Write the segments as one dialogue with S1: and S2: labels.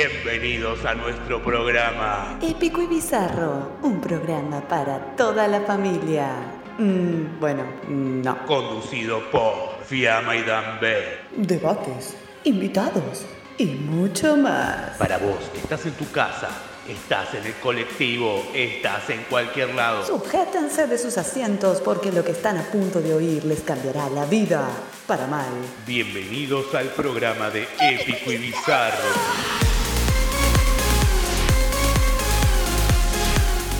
S1: Bienvenidos a nuestro programa.
S2: Épico y bizarro, un programa para toda la familia. Mm, bueno, no.
S1: Conducido por Fiamma y Dambé.
S2: Debates, invitados y mucho más.
S1: Para vos, que estás en tu casa, estás en el colectivo, estás en cualquier lado.
S2: Sujétense de sus asientos porque lo que están a punto de oír les cambiará la vida para mal.
S1: Bienvenidos al programa de Épico y Bizarro.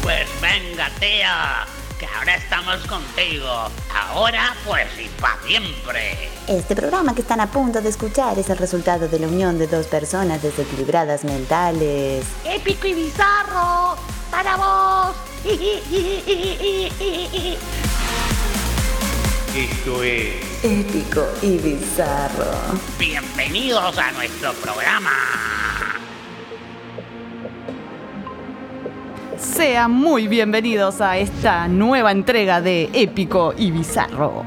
S3: Pues venga, tía, que ahora estamos contigo. Ahora, pues y para siempre.
S2: Este programa que están a punto de escuchar es el resultado de la unión de dos personas desequilibradas mentales.
S3: Épico y bizarro, para vos.
S1: Esto es
S2: Épico y bizarro.
S3: Bienvenidos a nuestro programa.
S4: Sean muy bienvenidos a esta nueva entrega de Épico y Bizarro.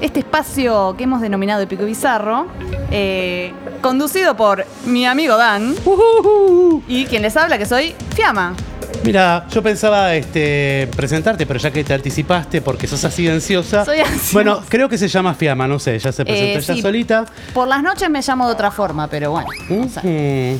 S4: Este espacio que hemos denominado Épico y Bizarro, eh, conducido por mi amigo Dan, y quien les habla que soy Fiamma.
S5: Mira, yo pensaba este, presentarte, pero ya que te anticipaste porque sos así ansiosa.
S4: Soy ansiosa.
S5: Bueno, creo que se llama Fiamma, no sé, ya se
S4: Eh,
S5: presentó ella
S4: sí.
S5: solita.
S4: Por las noches me llamo de otra forma, pero bueno. no sé.
S5: Ujú.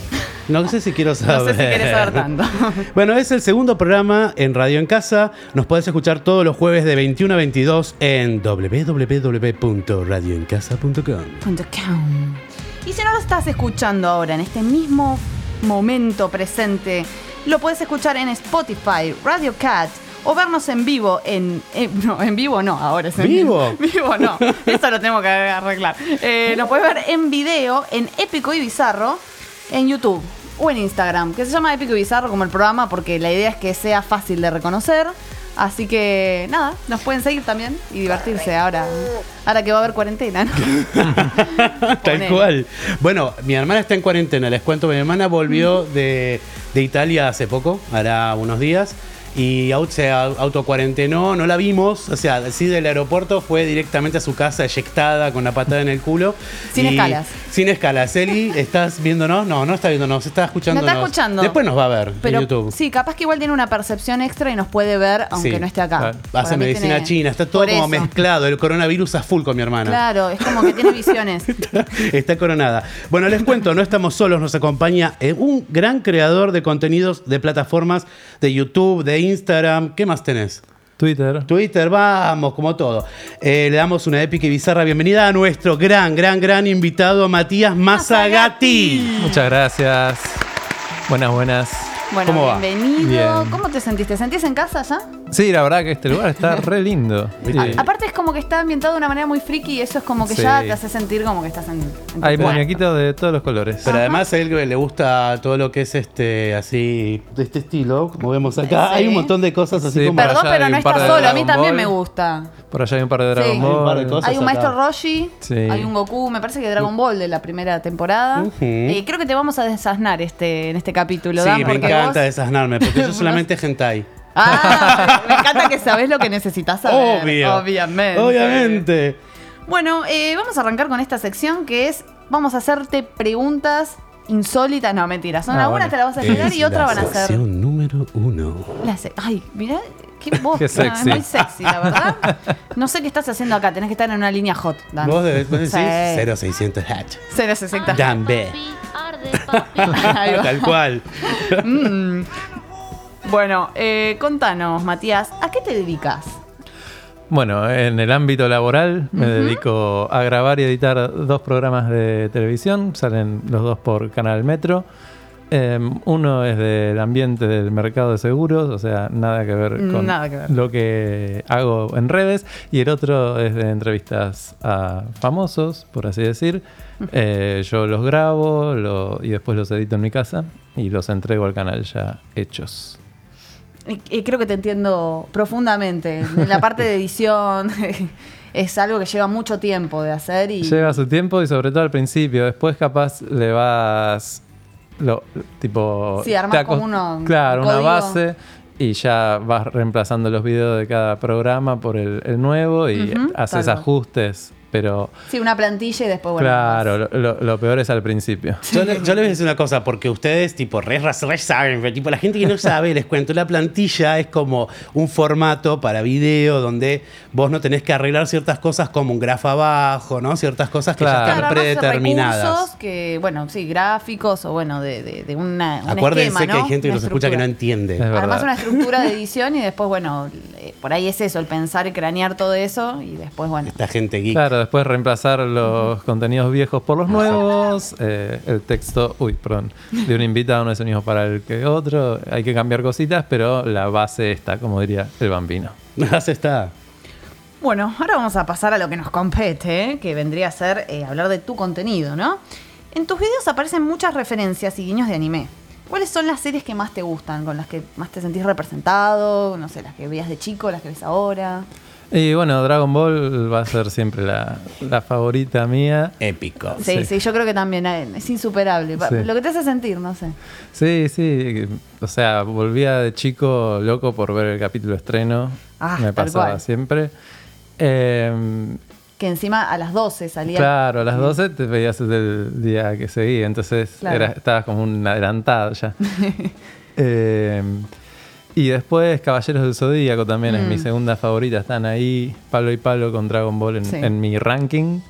S5: No sé si quiero saber.
S4: si querés saber tanto.
S5: Bueno, es el segundo programa en Radio en Casa. Nos podés escuchar todos los jueves de 21 a 22 en www.radioencasa.com.
S4: Punto com. Y si no lo estás escuchando ahora, en este mismo momento presente, lo puedes escuchar en Spotify, Radio Cat. O vernos en vivo en... en- no, en vivo no, ahora es en
S5: ¿Vivo?
S4: Vivo no, eso lo tengo que arreglar. Eh, nos puedes ver en video, en Épico y Bizarro, en YouTube o en Instagram, que se llama Épico y Bizarro como el programa, porque la idea es que sea fácil de reconocer. Así que nada, nos pueden seguir también y divertirse ahora, ahora que va a haber cuarentena. ¿no?
S5: Tal
S4: Ponele.
S5: cual. Bueno, mi hermana está en cuarentena, les cuento, mi hermana volvió de, de Italia hace poco, hará unos días, y au- se au- autocuarentenó, no la vimos, o sea, así del aeropuerto fue directamente a su casa, eyectada, con la patada en el culo.
S4: Sin escalas.
S5: Sin escalas. Eli, ¿estás viéndonos? No, no está viéndonos, está escuchándonos.
S4: escuchando.
S5: Después nos va a ver
S4: Pero
S5: en YouTube.
S4: sí, capaz que igual tiene una percepción extra y nos puede ver aunque
S5: Sí.
S4: no esté acá.
S5: Ah, Hace
S4: Para mí
S5: medicina
S4: tiene-
S5: china, está todo
S4: Por
S5: como
S4: eso.
S5: mezclado, el coronavirus a full con mi hermana.
S4: Claro, es como que tiene visiones.
S5: Está coronada. Bueno, les cuento, no estamos solos, nos acompaña eh, un gran creador de contenidos de plataformas de YouTube, de Instagram. ¿Qué más tenés?
S6: Twitter.
S5: Twitter, vamos, como todo. Eh, le damos una épica y bizarra bienvenida a nuestro gran, gran, gran invitado, Matías Mazagati.
S6: Muchas gracias. Buenas, buenas.
S4: Bueno,
S5: ¿Cómo va?
S4: bienvenido.
S6: Bien.
S4: ¿Cómo te sentiste? ¿Sentís en casa ya?
S6: Sí, la verdad que este lugar está re lindo.
S5: ¿Viste?
S6: Eh,
S5: Sí.
S4: Aparte es como que está ambientado de una manera muy friki y eso es como que
S6: Sí.
S4: ya te hace sentir como que estás en, en tu
S6: Hay
S4: cuarto.
S6: muñequitos de todos los colores.
S5: Pero además a él le gusta todo lo que es este así de este estilo, como vemos acá.
S4: Sí.
S5: Hay un montón de cosas así
S6: Sí,
S5: como
S6: para
S4: Perdón,
S6: allá
S4: pero
S6: hay
S4: no
S6: un par
S4: estás
S6: de
S4: solo. A mí
S6: Dragon
S4: también
S6: Ball.
S4: me gusta.
S6: Por allá hay un par de Dragon
S4: Sí.
S6: Ball.
S5: Hay un par de cosas.
S4: Hay un
S5: acá.
S4: maestro Roshi,
S6: Sí.
S4: hay un Goku, me parece que Dragon Ball de la primera temporada.
S5: Ujú.
S4: Eh, creo que te vamos a desasnar este, en este capítulo, Dan,
S5: Sí, me
S4: porque
S5: encanta
S4: vos-
S5: desasnarme, porque yo solamente hentai.
S4: Ah, me encanta que sabes lo que necesitas saber.
S5: Obvio.
S4: Obviamente.
S5: Obviamente.
S4: Bueno, eh, vamos a arrancar con esta sección que es, vamos a hacerte preguntas insólitas. No, mentira. Son
S6: Ah,
S4: algunas
S6: bueno.
S4: te las vas a tirar y otras van a ser.
S5: número uno.
S4: La se- Ay, mirá, qué voz.
S6: Qué
S4: no, es
S6: sexy.
S4: muy sexy, la verdad. No sé qué estás haciendo acá. Tenés que estar en una línea hot, Dan.
S5: Vos debes decir
S4: Sí.
S5: 0600 hatch.
S4: 060.
S5: Dambe.
S7: Arde, papi.
S4: Ahí va.
S5: Tal cual.
S4: Mm. Bueno, eh, contanos, Matías, ¿a qué te dedicas?
S6: Bueno, en el ámbito laboral me dedico a grabar y editar dos programas de televisión. Salen los dos por Canal Metro. Eh, uno es del ambiente del mercado de seguros, o sea, nada que ver con
S4: Nada que ver.
S6: lo que hago en redes. Y el otro es de entrevistas a famosos, por así decir. Eh, yo los grabo lo- y después los edito en mi casa y los entrego al canal ya hechos.
S4: Y- y creo que te entiendo profundamente. En la parte de edición es algo que lleva mucho tiempo de hacer y
S6: Lleva su tiempo y sobre todo al principio. Después capaz le vas... Lo, tipo...
S4: Sí, armás
S6: te acos-
S4: como uno-
S6: Claro,
S4: un
S6: una
S4: código.
S6: base y ya vas reemplazando los videos de cada programa por el, el nuevo y
S4: Ujú,
S6: haces
S4: tal cual.
S6: ajustes pero
S4: Sí, una plantilla y después bueno.
S6: claro, lo, lo- lo peor es al principio.
S5: Yo, le- yo les voy a decir una cosa, porque ustedes, tipo, re, re- re saben, pero, tipo, la gente que no sabe, les cuento, la plantilla es como un formato para video donde vos no tenés que arreglar ciertas cosas como un grafo abajo, ¿no? Ciertas cosas que
S6: Claro.
S5: ya
S4: Claro,
S5: están
S4: además, recursos
S5: predeterminadas.
S4: que, bueno, sí, gráficos o bueno, de, de, de una. un
S5: Acuérdense
S4: esquema,
S5: que hay
S4: ¿no?
S5: gente que
S4: Una
S5: nos escucha que no
S4: estructura.
S5: entiende.
S6: Es verdad.
S4: Además una estructura de edición y después, bueno, eh, por ahí es eso, el pensar y cranear todo eso y después, bueno.
S5: Esta gente geek.
S6: Claro, después reemplazar los contenidos viejos por los nuevos, eh, el texto, uy, perdón, de un invitado no es el mismo para el que otro, hay que cambiar cositas, pero la base está, como diría el bambino.
S5: Así está.
S4: Bueno, ahora vamos a pasar a lo que nos compete, ¿eh? que vendría a ser eh, hablar de tu contenido, ¿no? En tus videos aparecen muchas referencias y guiños de anime. ¿Cuáles son las series que más te gustan, con las que más te sentís representado? No sé, las que veías de chico, las que ves ahora.
S6: Y bueno, Dragon Ball va a ser siempre la, la favorita mía.
S5: Épico.
S4: Sí, sí,
S6: Sí.
S4: yo creo que también eh, es insuperable. Pa-
S6: Sí.
S4: Lo que te hace sentir, no sé.
S6: Sí, sí, o sea, volvía de chico loco por ver el capítulo estreno,
S4: Ah,
S6: me
S4: tal
S6: pasaba
S4: cual.
S6: siempre. Eh,
S4: Que encima a las 12 salía.
S6: Claro, a las 12 te veías el día que seguía, entonces
S4: Claro.
S6: era- estabas como un adelantado ya. Eh, y después Caballeros del Zodíaco también es
S4: Mm.
S6: mi segunda favorita, están ahí palo y palo con Dragon Ball en,
S4: Sí.
S6: en mi ranking.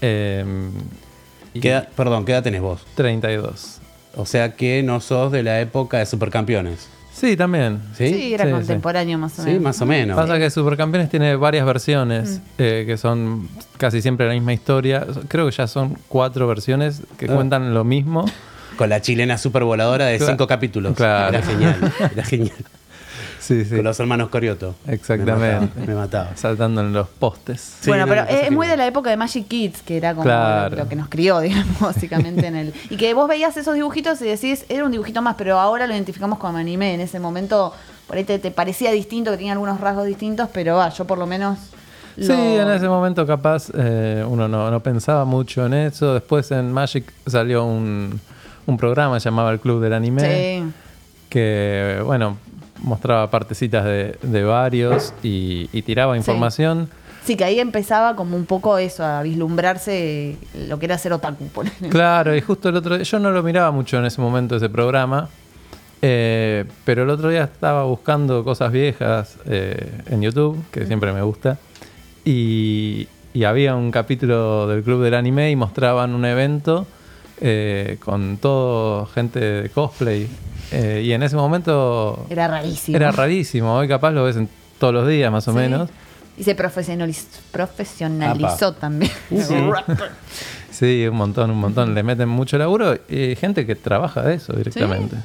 S6: Eh, y
S5: ¿Qué edad- perdón, ¿qué edad tenés vos?
S6: 32.
S5: O sea que no sos de la época de supercampeones.
S6: Sí, también.
S5: ¿Sí?
S4: Sí, era
S6: Sí, sí.
S4: contemporáneo más o
S5: Sí,
S4: menos.
S5: más o menos.
S6: Pasa que Supercampeones tiene varias
S4: Mm.
S6: versiones eh, que son casi siempre la misma historia. Creo que ya son cuatro versiones que
S5: Ah.
S6: cuentan lo mismo.
S5: Con la chilena supervoladora de
S6: Claro.
S5: cinco capítulos.
S6: Claro.
S5: Era genial. Era genial.
S6: Sí, sí.
S5: Con los hermanos Corioto.
S6: Exactamente.
S5: Me mataba.
S6: Saltando en los postes.
S5: Sí,
S4: bueno,
S5: no,
S4: pero
S5: no,
S4: es
S5: pasa que-
S4: muy de la época de Magic Kids, que era como
S6: Claro.
S4: lo, lo que nos crió, digamos, básicamente en el... Y que vos veías esos dibujitos y decís, era un dibujito más, pero ahora lo identificamos como anime. En ese momento, por ahí te, te parecía distinto, que tenía algunos rasgos distintos, pero va, yo por lo menos...
S6: Sí,
S4: lo-
S6: en ese momento capaz eh, uno no, no pensaba mucho en eso. Después en Magic salió un, un programa llamado El Club del Anime.
S4: Sí.
S6: Que, bueno, mostraba partecitas de, de varios y, y tiraba información.
S4: Sí, que ahí empezaba como un poco eso, a vislumbrarse lo que era ser otaku, por ejemplo.
S6: Claro, y justo el otro día, yo no lo miraba mucho en ese momento ese programa, eh, pero el otro día estaba buscando cosas viejas eh, en YouTube, que
S4: Mm.
S6: siempre me gusta, y, y había un capítulo del Club del Anime y mostraban un evento eh, con todo gente de cosplay, eh, y en ese momento
S4: Era rarísimo.
S6: era rarísimo, hoy capaz lo ves en todos los días más o
S4: Sí.
S6: menos.
S4: Y se profesionaliz- profesionalizó también.
S6: Sí, un montón, un montón. Le meten mucho laburo y gente que trabaja de eso directamente.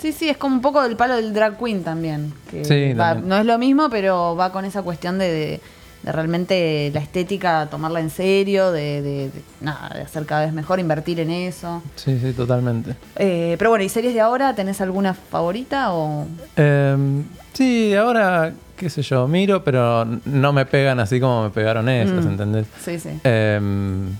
S4: Sí, sí, es como un poco del palo del drag queen también. que
S6: Sí,
S4: va-
S6: también.
S4: No es lo mismo, pero va con esa cuestión de, de- de realmente la estética, tomarla en serio, de, de- de- nada, de hacer cada vez mejor, invertir en eso.
S6: Sí, sí, totalmente.
S4: Eh, pero bueno, ¿y series de ahora? ¿Tenés alguna favorita o...?
S6: Em, sí, ahora, qué sé yo, miro, pero no me pegan así como me pegaron esas, ¿entendés?
S4: Mm. Sí, sí.
S6: Em,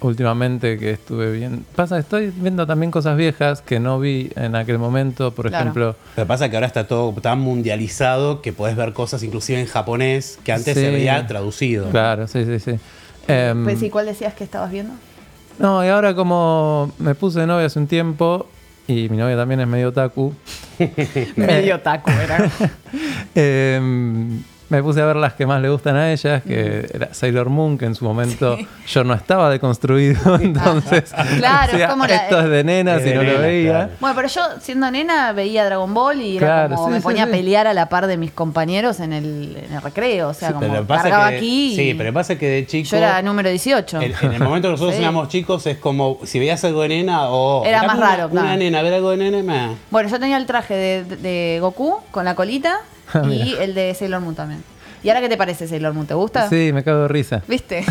S6: últimamente que estuve viendo... Pasa, estoy viendo también cosas viejas que no vi en aquel momento, por
S4: Claro.
S6: ejemplo...
S5: Lo que pasa es que ahora está todo tan mundializado que podés ver cosas inclusive en japonés que antes se
S6: Sí.
S5: veía traducido.
S6: Claro, sí, sí, sí. Em,
S4: Pues sí, ¿cuál decías que estabas viendo?
S6: No, y ahora como me puse de novia hace un tiempo, y mi novia también es medio otaku,
S4: Medio taco, era.
S6: Eh, me puse a ver las que más le gustan a ellas, que
S4: Mm.
S6: era Sailor Moon, que en su momento yo no estaba deconstruido, entonces
S4: Claro, es
S6: decía,
S4: como la-
S6: esto es de nenas
S5: Es de
S6: y no lo
S5: nenas,
S6: veía.
S5: claro.
S4: Bueno, pero yo siendo nena veía Dragon Ball y era
S6: Claro,
S4: como
S6: sí,
S4: me
S6: sí,
S4: ponía
S6: sí.
S4: a pelear a la par de mis compañeros en el, en el recreo. O sea,
S5: Sí,
S4: como
S5: pero lo que pasa
S4: cargaba
S5: que-
S4: aquí. y-
S5: Sí, pero lo que pasa es que de chico.
S4: Yo era número 18.
S5: en, en el momento que nosotros
S4: Sí.
S5: éramos chicos es como si veías algo de nena o.
S4: Era
S5: Capaz
S4: más
S5: una-
S4: raro,
S5: Una,
S4: claro.
S5: nena, ver algo de nena, meh.
S4: Bueno, yo tenía el traje de, de Goku con la colita
S6: Ah,
S4: y el de Sailor Moon también. ¿Y ahora qué te parece Sailor Moon? ¿Te gusta?
S6: Sí, me cago de risa.
S4: ¿Viste?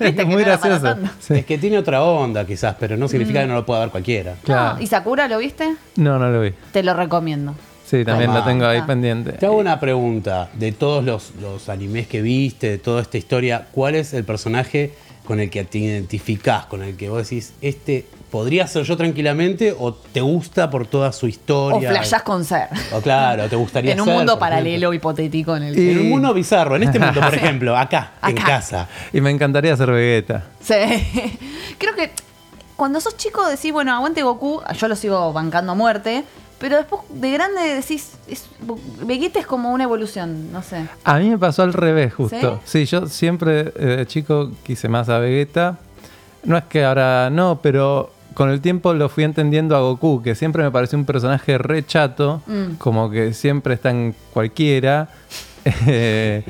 S4: ¿Viste que
S6: Muy
S4: no era para
S6: gracioso.
S4: tanto?
S6: Sí.
S5: Es que tiene otra onda quizás, pero no significa que no lo pueda ver cualquiera.
S6: Claro.
S4: No, ¿Y Sakura lo viste?
S6: No, no lo vi.
S4: Te lo recomiendo.
S6: Sí, también
S5: Tomá.
S6: la tengo ahí
S4: Ah.
S6: pendiente.
S5: Te hago una pregunta. De todos los, los animes que viste, de toda esta historia, ¿cuál es el personaje con el que te identificás? Con el que vos decís, este podría ser yo tranquilamente o te gusta por toda su
S4: O
S5: historia.
S4: flashás con ser.
S5: O claro, te gustaría
S4: En un
S5: ser,
S4: mundo
S5: por ejemplo.
S4: paralelo, hipotético, en el
S5: En
S4: que.
S5: un mundo bizarro, en este mundo, por ejemplo, acá, en
S4: Acá.
S5: casa.
S6: Y me encantaría hacer Vegeta.
S4: Sí. Creo que cuando sos chico decís, bueno, aguante Goku, yo lo sigo bancando a muerte. Pero después de grande decís, es- Vegeta es como una evolución, no sé.
S6: A mí me pasó al revés, justo. Sí, yo siempre eh, de chico quise más a Vegeta. No es que ahora no, pero con el tiempo lo fui entendiendo a Goku, que siempre me pareció un personaje re chato,
S4: Mm.
S6: como que siempre está en cualquiera. Eh,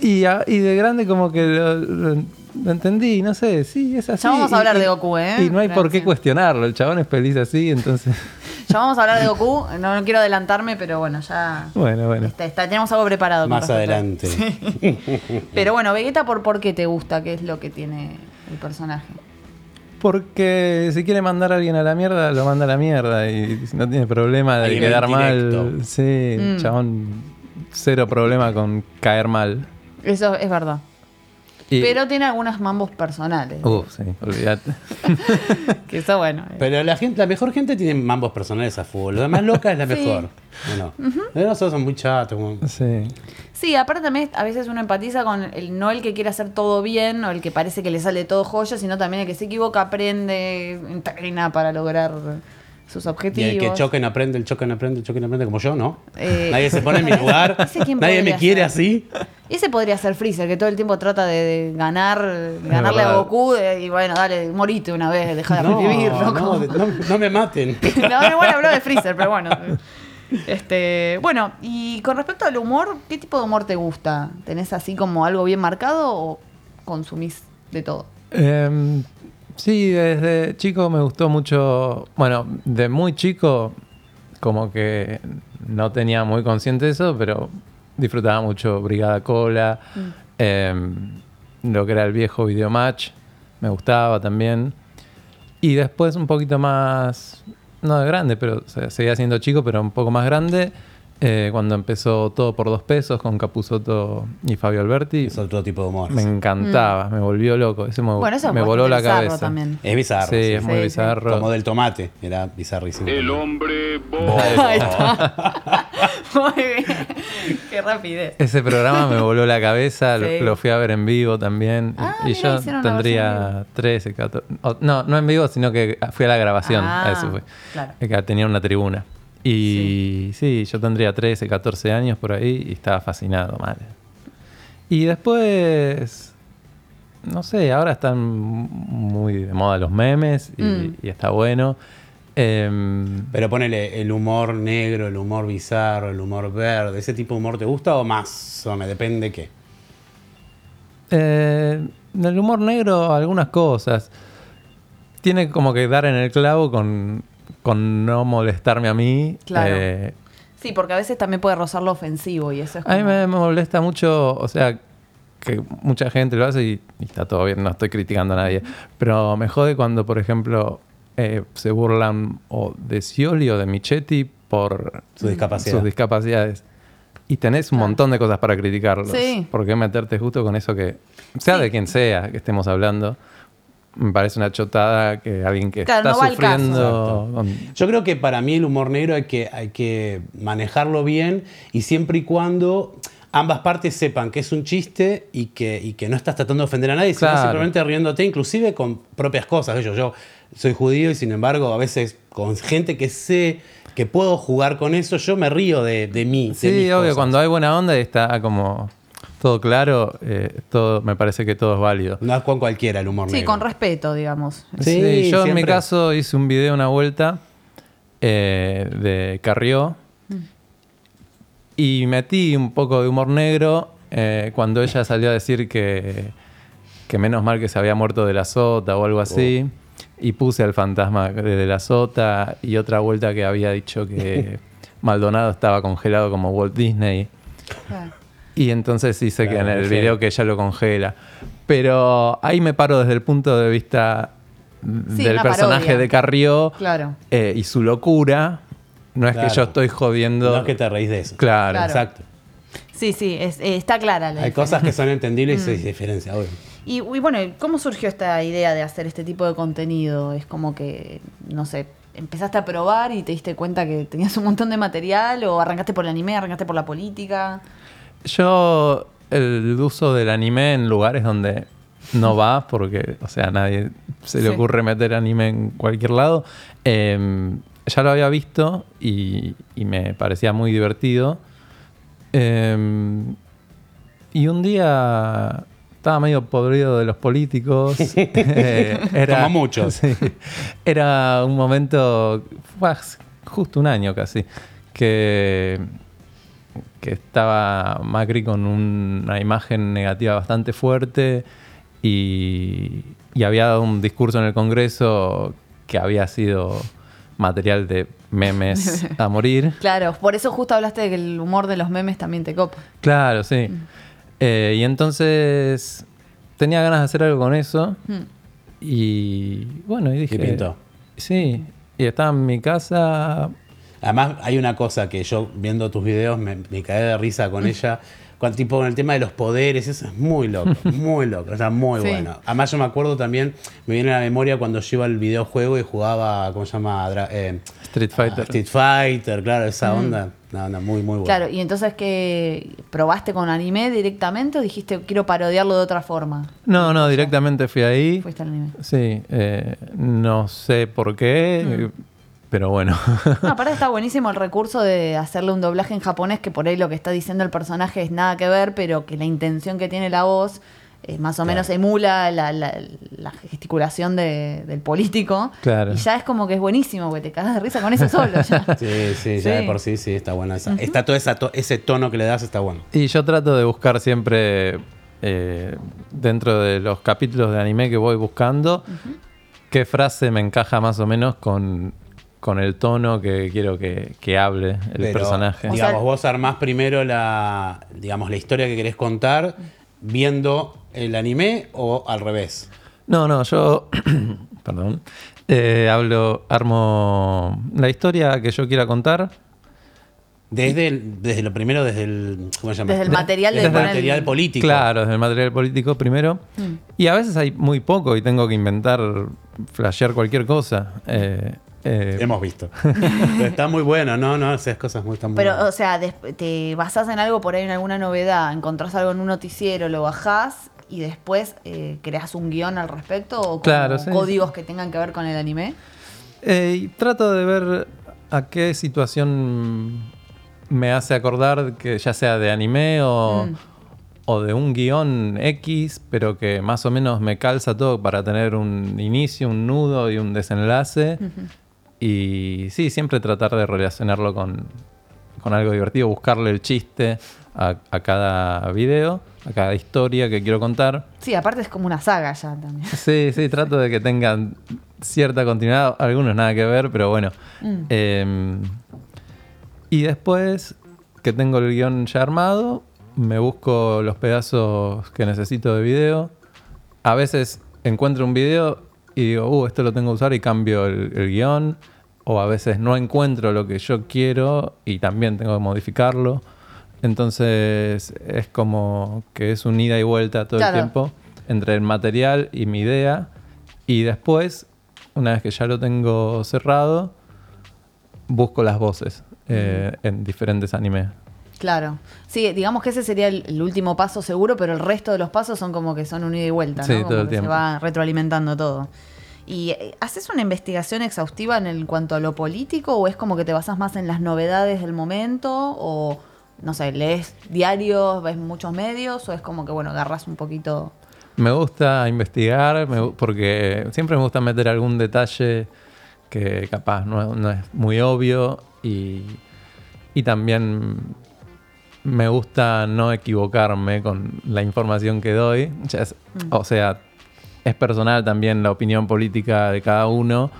S6: y, a- y de grande como que lo, lo- lo entendí, no sé, sí, es así.
S4: Ya vamos a
S6: Y-
S4: hablar
S6: y-
S4: de Goku, ¿eh?
S6: Y no hay por qué
S4: Gracias.
S6: cuestionarlo, el chabón es feliz así, entonces...
S4: Ya vamos a hablar de Goku, no, no quiero adelantarme, pero bueno, ya.
S6: Bueno, bueno.
S4: Está, Este, está- tenemos algo preparado. con
S5: Más
S4: respecto a-
S5: adelante.
S4: Pero bueno, Vegeta, ¿por, ¿por qué te gusta? ¿Qué es lo que tiene el personaje?
S6: Porque si quiere mandar a alguien a la mierda, lo manda a la mierda y no tiene problema de
S5: Alguien
S6: quedar
S5: indirecto.
S6: mal. Sí, chabón, cero problema con caer mal.
S4: Eso es verdad.
S6: Y-
S4: Pero tiene algunos mambos personales.
S6: Uh, sí, olvídate.
S4: Que está bueno. eh.
S5: Oh. Pero la gente, la mejor gente tiene mambos personales a fútbol. La más loca es la mejor. Bueno, nosotros son muy chatos. como-
S6: Sí.
S4: Sí, aparte también a veces uno empatiza con el no el que quiere hacer todo bien o el que parece que le sale todo joya, sino también el que se equivoca, aprende, entrena para lograr sus
S5: Y
S4: objetivos.
S5: el que choca no aprende, el choca no aprende, el choca no aprende, como yo, ¿no?
S4: Eh,
S5: Nadie se pone en mi lugar.
S4: Ese quién
S5: Nadie me
S4: podría
S5: quiere
S4: ser.
S5: así.
S4: Ese podría ser Freezer, que todo el tiempo trata de, de ganar, ganarle a
S6: verdad.
S4: Goku de- y bueno, dale, morite una vez, deja de
S5: No,
S4: revivir,
S5: no,
S4: loco.
S5: de- no, no me maten.
S4: No, igual habló de Freezer, pero bueno. Este, bueno, y con respecto al humor, ¿qué tipo de humor te gusta? ¿Tenés así como algo bien marcado o consumís de todo?
S6: Em, sí, desde chico me gustó mucho. Bueno, de muy chico, como que no tenía muy consciente eso, pero disfrutaba mucho Brigada Cola, em, lo que era el viejo Videomatch, me gustaba también. Y después un poquito más, no de grande, pero o sea, seguía siendo chico, pero un poco más grande. eh, cuando empezó todo por dos pesos con Capuzoto y Fabio Alberti.
S5: Es otro tipo de humor.
S6: Me encantaba, me volvió loco. Ese me,
S4: Bueno, eso es
S6: me
S4: bastante
S6: voló la
S4: bizarro
S6: cabeza.
S4: también.
S5: Es bizarro.
S6: Sí,
S5: sí.
S6: es muy
S4: Sí, sí.
S6: bizarro.
S5: Como del tomate. Era bizarrísimo.
S7: El hombre
S5: Oh.
S4: Ahí
S7: bobo.
S4: está. Muy bien. Qué rapidez.
S6: Ese programa me voló la cabeza, lo-
S4: Sí.
S6: lo, fui a ver en vivo también.
S4: Ah,
S6: y
S4: mirá,
S6: yo
S4: hicieron la versión en
S6: tendría 13, 14. o- no, no en vivo, sino que fui a la grabación.
S4: Ah,
S6: a eso fui.
S4: claro.
S6: Que tenía una tribuna. Y sí. yo tendría 13, 14 años por ahí y estaba fascinado, mal. Y después. No sé, ahora están muy de moda los memes y,
S4: Mm.
S6: y está bueno. Em,
S5: Pero ponele el humor negro, el humor bizarro, el humor verde. ¿Ese tipo de humor te gusta o más? O me depende qué.
S6: Eh, del humor negro, algunas cosas. Tiene como que dar en el clavo con, con no molestarme a mí.
S4: Claro.
S6: Eh,
S4: Sí, porque a veces también puede rozar lo ofensivo y eso es
S6: a mí
S4: como-
S6: me, me molesta mucho, o sea, que mucha gente lo hace y, y está todo bien, no estoy criticando a nadie. Pero me jode cuando, por ejemplo, eh, se burlan o de Scioli o de Michetti por
S5: Su discapacidad.
S6: sus discapacidades. Y tenés un montón de cosas para criticarlos.
S4: Sí.
S6: ¿Por qué meterte justo con eso que, sea de quien sea que estemos hablando, me parece una chotada que alguien que
S4: Claro,
S6: está
S4: no va al caso.
S6: sufriendo... con-
S5: Yo creo que para mí el humor negro hay que, hay que manejarlo bien y siempre y cuando ambas partes sepan que es un chiste y que, y que no estás tratando de ofender a nadie, sino
S6: Claro.
S5: simplemente riéndote, inclusive con propias cosas. Yo, yo soy judío y sin embargo a veces con gente que sé que puedo jugar con eso, yo me río de, de mí. de mis
S6: Sí, obvio,
S5: cosas.
S6: cuando hay buena onda y está como todo claro, eh, todo, me parece que todo es válido.
S5: No es con cualquiera el humor
S4: Sí,
S5: negro.
S4: con respeto, digamos.
S5: Sí,
S6: yo en mi
S5: siempre.
S6: caso hice un video una vuelta eh, de Carrió y metí un poco de humor negro eh, cuando ella salió a decir que, que menos mal que se había muerto de la sota o
S5: Oh.
S6: algo así. Y puse al fantasma de de la sota y otra vuelta que había dicho que Maldonado estaba congelado como Walt Disney.
S4: Claro.
S6: Y entonces hice
S5: Claro,
S6: que en el
S5: congela.
S6: video que ella lo congela. Pero ahí me paro desde el punto de vista
S4: Sí,
S6: del
S4: una
S6: personaje
S4: parodia.
S6: de Carrió
S4: Claro.
S6: eh, y su locura. No es
S5: Claro.
S6: que yo estoy jodiendo.
S5: No es que te reís de eso.
S6: Claro,
S4: Claro.
S5: Exacto.
S4: Sí, sí, es- eh, está clara la Mm.
S5: Hay cosas que son entendibles y se diferencia, obvio.
S4: Y, y bueno, ¿cómo surgió esta idea de hacer este tipo de contenido? Es como que, no sé, empezaste a probar y te diste cuenta que tenías un montón de material o arrancaste por el anime, arrancaste por la política.
S6: Yo el uso del anime en lugares donde no va, porque, o sea, a nadie se le
S4: Sí.
S6: ocurre meter anime en cualquier lado, eh, ya lo había visto y, y me parecía muy divertido. Eh, y un día estaba medio podrido de los políticos. Eh,
S5: Como muchos.
S6: Sí. Era un momento, fue hace justo un año casi, que que estaba Macri con un- una imagen negativa bastante fuerte y, y había dado un discurso en el Congreso que había sido material de memes a morir.
S4: Claro, por eso justo hablaste de que el humor de los memes también te copa.
S6: Claro, sí. Eh, y entonces tenía ganas de hacer algo con eso y bueno, y dije...
S5: pintó.
S6: Sí, y estaba en mi casa
S5: Además, hay una cosa que yo viendo tus videos me, me caí de risa con ella. Con, tipo, con el tema de los poderes, eso es muy loco, muy loco, o sea, muy
S4: Sí.
S5: bueno. Además, yo me acuerdo también, me viene a la memoria cuando yo iba al videojuego y jugaba, ¿cómo se llama? Dra- eh,
S6: Street Fighter.
S5: Street Fighter, claro, esa onda. Una onda muy, muy buena.
S4: Mm. Claro, y entonces que probaste con anime directamente o dijiste quiero parodiarlo de otra forma.
S6: No, no, directamente fui ahí.
S4: Fuiste al anime.
S6: Sí, eh, no sé por qué, eh, pero bueno.
S4: No, aparte está buenísimo el recurso de hacerle un doblaje en japonés, que por ahí lo que está diciendo el personaje es nada que ver, pero que la intención que tiene la voz eh, más o menos emula la, la- la gesticulación de- del político.
S6: Claro.
S4: Y ya es como que es buenísimo, porque te cagas de risa con eso solo. ya.
S5: Sí, sí, ya de
S4: Sí.
S5: por sí, sí, está buena esa. Está todo esa to- ese tono que le das, está bueno.
S6: y yo trato de buscar siempre, eh, dentro de los capítulos de anime que voy buscando, qué frase me encaja más o menos con, con el tono que quiero que, que hable el
S5: Pero,
S6: personaje.
S5: Digamos,
S4: O sea-
S5: vos armás primero la, digamos, la historia que querés contar viendo el anime o al revés.
S6: No, no, yo. perdón. Eh, hablo, armo la historia que yo quiera contar.
S5: Desde, el- desde lo primero, desde el. ¿Cómo se llama?
S4: Desde el material
S5: desde
S4: de
S5: el
S4: poner-
S5: material político.
S6: Claro, desde el material político primero. Y a veces hay muy poco y tengo que inventar, flashear cualquier cosa. Eh, eh,
S5: Hemos visto. Pero está muy bueno, no, no, esas cosas muy, están muy
S4: Pero, o
S5: buenas.
S4: sea, des- te basás en algo por ahí, en alguna novedad, encontrás algo en un noticiero, lo bajás y después eh, creás un guión al respecto o como
S6: Claro, sí.
S4: códigos que tengan que ver con el anime.
S6: eh, y trato de ver a qué situación me hace acordar, que ya sea de anime o, o de un guión X, pero que más o menos me calza todo para tener un inicio, un nudo y un desenlace. Y sí, siempre tratar de relacionarlo con, con algo divertido, buscarle el chiste a, a cada video, a cada historia que quiero contar.
S4: Sí, aparte es como una saga ya también.
S6: Sí, sí, trato de que tengan cierta continuidad, algunos nada que ver, pero bueno. Eh, y después que tengo el guión ya armado, me busco los pedazos que necesito de video. A veces encuentro un video y digo, uh, esto lo tengo que usar y cambio el, el guión. O a veces no encuentro lo que yo quiero y también tengo que modificarlo. Entonces es como que es un ida y vuelta todo
S4: Claro.
S6: el tiempo entre el material y mi idea. Y después, una vez que ya lo tengo cerrado, busco las voces eh, en diferentes animes.
S4: Claro. Sí, digamos que ese sería el, el último paso seguro, pero el resto de los pasos son como que son un ida y vuelta, ¿no?
S6: Sí,
S4: Como
S6: todo el
S4: que
S6: tiempo.
S4: Se va retroalimentando todo. ¿Y eh, haces una investigación exhaustiva en el- cuanto a lo político o es como que te basas más en las novedades del momento o, no sé, lees diarios, ves muchos medios o es como que, bueno, agarras un poquito...
S6: Me gusta investigar me gu- porque siempre me gusta meter algún detalle que capaz no, no es muy obvio y, y también me gusta no equivocarme con la información que doy. Ya es- O sea, es personal también la opinión política de cada uno,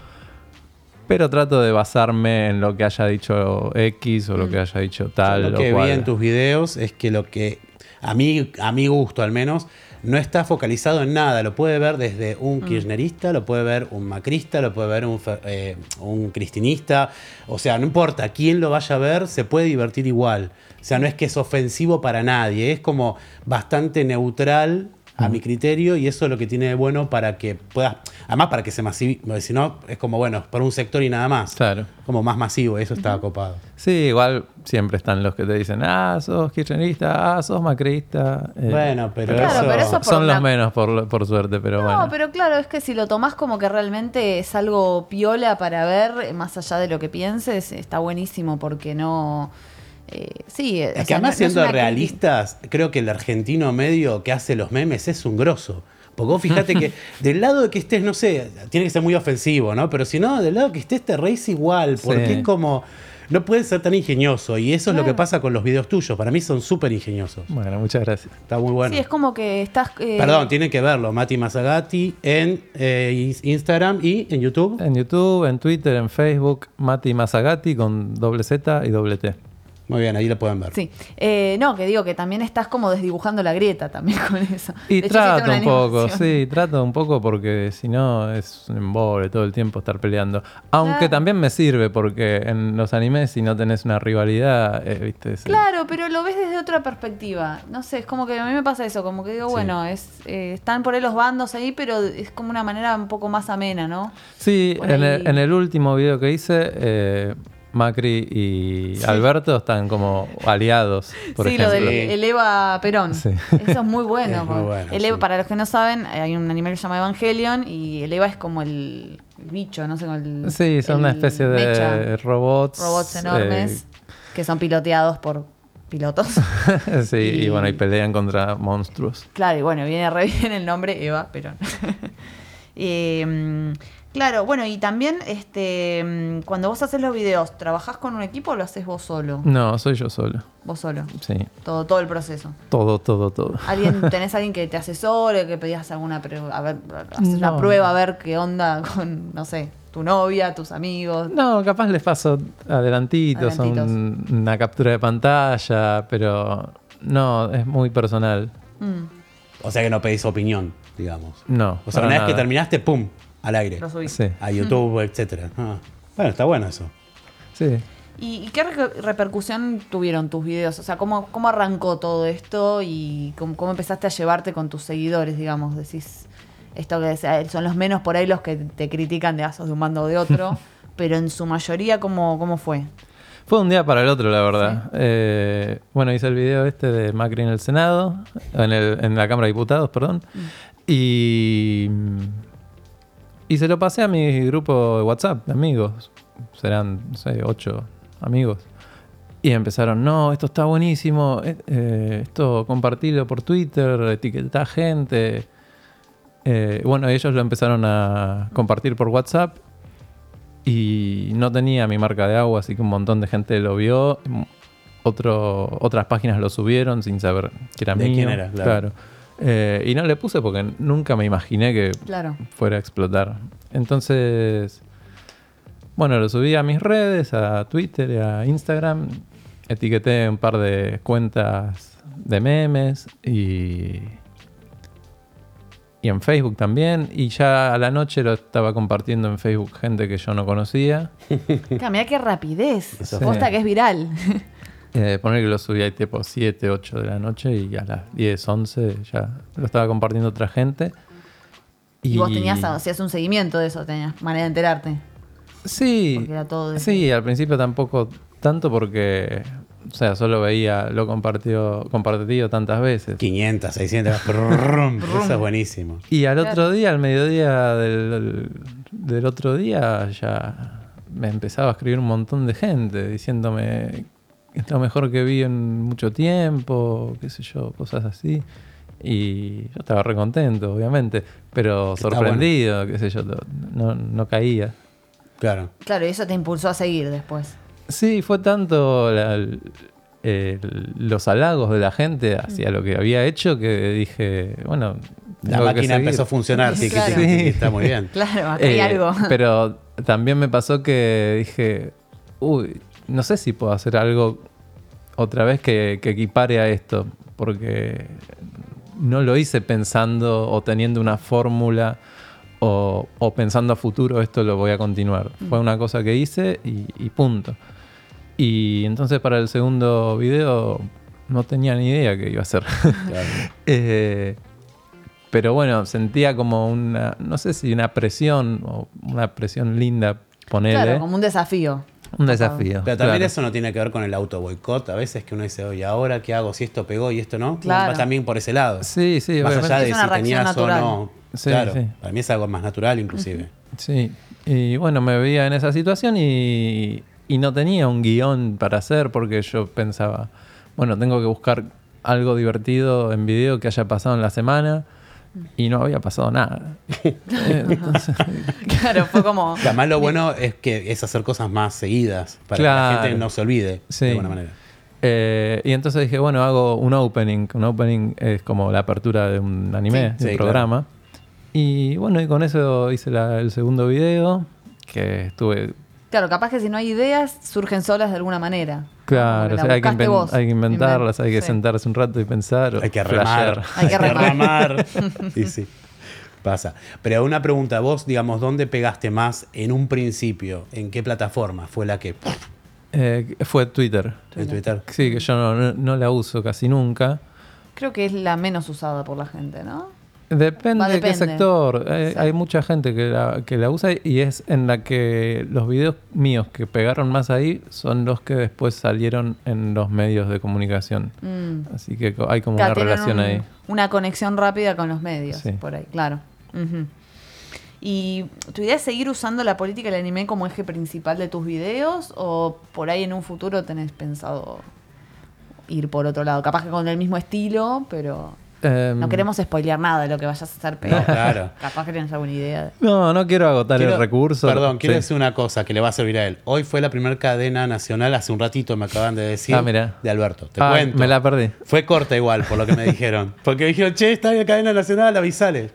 S6: pero trato de basarme en lo que haya dicho X o lo que haya dicho tal.
S5: Yo Lo
S6: o
S5: que
S6: cual.
S5: vi en tus videos es que lo que, a mí, a mi gusto al menos, no está focalizado en nada. Lo puede ver desde un
S4: Mm.
S5: kirchnerista, lo puede ver un macrista, lo puede ver un, fe- eh, un cristinista. O sea, no importa quién lo vaya a ver, se puede divertir igual. O sea, no es que es ofensivo para nadie, es como bastante neutral a
S6: Mm.
S5: mi criterio, y eso es lo que tiene de bueno para que puedas, además para que se masive, porque si no, es como, bueno, por un sector y nada más.
S6: Claro.
S5: Como más masivo, eso está copado.
S6: Sí, igual siempre están los que te dicen, ah, sos kirchnerista, ah, sos macrista. eh,
S5: Bueno, pero
S4: Claro,
S5: eso-
S4: pero eso por
S6: son
S4: una-
S6: los menos, por, por suerte, pero
S4: No,
S6: bueno.
S4: pero claro, es que si lo tomás como que realmente es algo piola para ver, eh, más allá de lo que pienses, está buenísimo porque no... eh, sí,
S5: Es que además siendo realistas, creo que el argentino medio que hace los memes es un grosso. Porque vos fijate que del lado de que estés, no sé, tiene que ser muy ofensivo, ¿no? Pero si no, del lado que estés te reís igual, porque
S6: Sí.
S5: es como... No puedes ser tan ingenioso y eso es lo que pasa con los videos tuyos. Para mí son súper ingeniosos.
S6: Bueno, muchas gracias.
S5: Está muy bueno.
S4: Sí, es como que estás... eh,
S5: Perdón, tienen que verlo. Mati Masagati en eh, is- Instagram y en YouTube.
S4: Eh.
S6: En YouTube, en Twitter, en Facebook, Mati Masagati con doble Z y doble T.
S5: Muy bien, ahí lo pueden ver.
S4: Sí, Eh, no, que digo que también estás como desdibujando la grieta también con eso.
S6: Y
S4: De hecho,
S6: trato un
S4: hiciste una
S6: poco,
S4: animación.
S6: sí, trato un poco porque si no es un embole todo el tiempo estar peleando. Aunque
S4: Claro.
S6: también me sirve porque en los animes si no tenés una rivalidad, eh, viste, es-
S4: Claro, pero lo ves desde otra perspectiva. No sé, es como que a mí me pasa eso, como que digo,
S6: Sí.
S4: bueno, es eh, están por ahí los bandos ahí, pero es como una manera un poco más amena, ¿no?
S6: Sí,
S4: Por
S6: en
S4: ahí-
S6: el, en el último video que hice, eh, Macri y Alberto están como aliados, por
S4: sí,
S6: ejemplo.
S4: lo del el Eva Perón.
S6: Sí.
S4: Eso es muy bueno.
S5: Es muy bueno,
S4: El Eva-
S5: sí.
S4: Para los que no saben, hay un animal que se llama Evangelion y el Eva es como el bicho, no sé, como el.
S6: Sí, son una
S4: el
S6: especie de
S4: mecha.
S6: robots.
S4: robots
S6: eh,
S4: enormes que son piloteados por pilotos.
S6: sí, y bueno, y pelean contra monstruos.
S4: Claro, y bueno, viene re bien el nombre Eva Perón. Eh, mm, claro, bueno, y también este mm, cuando vos haces los videos, ¿trabajás con un equipo o lo haces vos solo?
S6: No, soy yo solo.
S4: Vos solo.
S6: Sí,
S4: Todo, todo el proceso.
S6: todo, todo, todo.
S4: ¿Alguien, ¿Tenés alguien que te asesore, que pedías alguna pre- a ver, haces una
S6: No.
S4: prueba a ver qué onda con, no sé, tu novia, tus amigos?
S6: No, capaz les paso adelantitos,
S4: Adelantitos.
S6: un- una captura de pantalla, pero no, es muy personal.
S5: O sea que no pedís opinión, digamos.
S6: No,
S5: O sea,
S6: para
S5: una vez que
S6: nada.
S5: terminaste, ¡pum! Al aire.
S4: Lo subís.
S6: Sí,
S5: A YouTube, etcétera. Ah, Bueno, está bueno eso.
S6: sí.
S4: ¿Y, y qué re- repercusión tuvieron tus videos? O sea, ¿cómo, cómo arrancó todo esto y cómo, cómo empezaste a llevarte con tus seguidores, digamos? Decís, esto que decía, son los menos por ahí los que te critican de asos de un bando o de otro, pero en su mayoría, ¿cómo, cómo fue?
S6: Fue un día para el otro, la verdad. Eh, bueno, hice el video este de Macri en el Senado, en, el- en la Cámara de Diputados, perdón. Y, y se lo pasé a mi grupo de WhatsApp de amigos. Serán, no sé, ocho amigos. Y empezaron, no, esto está buenísimo, eh, eh, esto compartilo por Twitter, etiquetá gente. Eh, bueno, ellos lo empezaron a compartir por WhatsApp y no tenía mi marca de agua, así que un montón de gente lo vio. Otro, otras páginas lo subieron sin saber que era
S5: De
S6: mío.
S5: quién era, claro.
S6: Eh, y no le puse porque nunca me imaginé que
S4: Claro.
S6: fuera a explotar. Entonces, bueno, lo subí a mis redes, a Twitter, y a Instagram. Etiqueté un par de cuentas de memes y. Y en Facebook también. Y ya a la noche lo estaba compartiendo en Facebook gente que yo no conocía.
S4: Claro, mirá qué rapidez.
S5: Eso
S6: fue.
S4: Posta que es viral.
S6: Eh, poner que lo subí ahí tipo 7, 8 de la noche y a las 10, 11 ya lo estaba compartiendo otra gente.
S4: Y, vos tenías, hacías un seguimiento de eso, tenías manera de enterarte.
S6: Sí.
S4: Porque era todo de-
S6: Sí, al principio tampoco tanto porque, o sea, solo veía, lo compartió, compartido tantas veces.
S5: 500, 600. prrrrum, eso es buenísimo.
S6: Y al otro día, al mediodía del, del otro día, ya me empezaba a escribir un montón de gente diciéndome que es lo mejor que vi en mucho tiempo, qué sé yo, cosas así. Y yo estaba re contento, obviamente, pero
S5: Está
S6: sorprendido, qué sé yo, no, no caía.
S5: Claro.
S4: Claro, y eso te impulsó a seguir después.
S6: Sí, fue tanto la- el- el- los halagos de la gente hacia lo que había hecho que dije, bueno,
S5: Mm. La
S6: tengo que
S5: máquina
S6: seguir.
S5: empezó a funcionar. Sí,
S4: Claro.
S5: está muy bien.
S4: Claro, acá hay
S6: Eh,
S4: algo.
S6: Pero también me pasó que dije, uy, no sé si puedo hacer algo otra vez que, que equipare a esto, porque no lo hice pensando o teniendo una fórmula o, o pensando a futuro esto lo voy a continuar. Fue una cosa que hice y, y punto. Y entonces para el segundo video no tenía ni idea que iba a hacer.
S5: Claro.
S6: Eh, Pero bueno, sentía como una, no sé si una presión o una presión linda, ponerle.
S4: Claro, como un desafío.
S6: un desafío.
S5: Pero también
S6: claro.
S5: eso no tiene que ver con el auto boicot. A veces que uno dice, oye, ahora qué hago si esto pegó y esto no.
S4: Claro.
S5: Va también por ese lado.
S6: Sí, sí,
S5: Más
S6: obviamente.
S5: allá de
S4: Es una
S5: si
S4: reacción
S5: tenías
S4: natural.
S5: o no.
S6: Sí,
S5: claro.
S6: sí.
S5: Para mí es algo más natural, inclusive.
S6: Sí, y bueno, me veía en esa situación y, y no tenía un guión para hacer porque yo pensaba, bueno, tengo que buscar algo divertido en video que haya pasado en la semana y no había pasado nada. Eh, Entonces,
S4: Claro, fue como.
S5: Y Además, lo bueno es que es hacer cosas más seguidas para que la
S6: Claro.
S5: gente no se olvide
S6: Sí.
S5: de alguna manera.
S6: eh, y entonces dije, bueno, hago un opening. Un opening es como la apertura de un anime,
S5: Sí,
S6: de un
S5: sí,
S6: programa. Y bueno, y con eso hice la- el segundo video, que estuve
S4: Claro, capaz que si no hay ideas, surgen solas de alguna manera.
S6: Claro, o
S4: Como
S6: sea, hay, que
S4: Ah, buscaste
S6: inven-
S4: vos.
S6: hay que inventarlas, hay que
S4: Sí.
S6: sentarse un rato y pensar. o
S5: Hay que
S6: flashear.
S5: remar.
S4: Hay que
S5: remar. sí, sí. Pasa. Pero una pregunta, vos, digamos, ¿dónde pegaste más en un principio? ¿En qué plataforma fue la que puf,
S6: Eh, fue Twitter.
S5: en Twitter?
S6: Sí, que yo no, no- no la uso casi nunca.
S4: Creo que es la menos usada por la gente, ¿no?
S6: Depende,
S4: Va,
S6: de qué
S4: depende.
S6: sector. Hay,
S4: Sí.
S6: hay mucha gente que la, que la usa y es en la que los videos míos que pegaron más ahí son los que después salieron en los medios de comunicación. Así que co- hay como
S4: Claro,
S6: una
S4: Mm. tienen
S6: relación
S4: un-
S6: ahí.
S4: Una conexión rápida con los medios,
S6: Sí.
S4: por ahí, claro. Ujú. ¿Y tu idea es seguir usando la política y el anime como eje principal de tus videos? ¿O por ahí en un futuro tenés pensado ir por otro lado? Capaz que con el mismo estilo, pero
S6: Em,
S4: no queremos spoilear nada de lo que vayas a hacer, pero
S5: No, claro.
S4: capaz que tenés alguna idea. de-
S6: No, no quiero agotar
S5: Quiero-
S6: el recurso.
S5: Perdón, quiero
S6: Sí.
S5: decir una cosa que le va a servir a él. Hoy fue la primera cadena nacional, hace un ratito me acaban de decir,
S6: Ah, mirá.
S5: de Alberto. Te
S6: Ah,
S5: cuento.
S6: me la perdí.
S5: Fue corta igual, por lo que me dijeron. Porque me dijeron, che, está en la cadena nacional, avisale.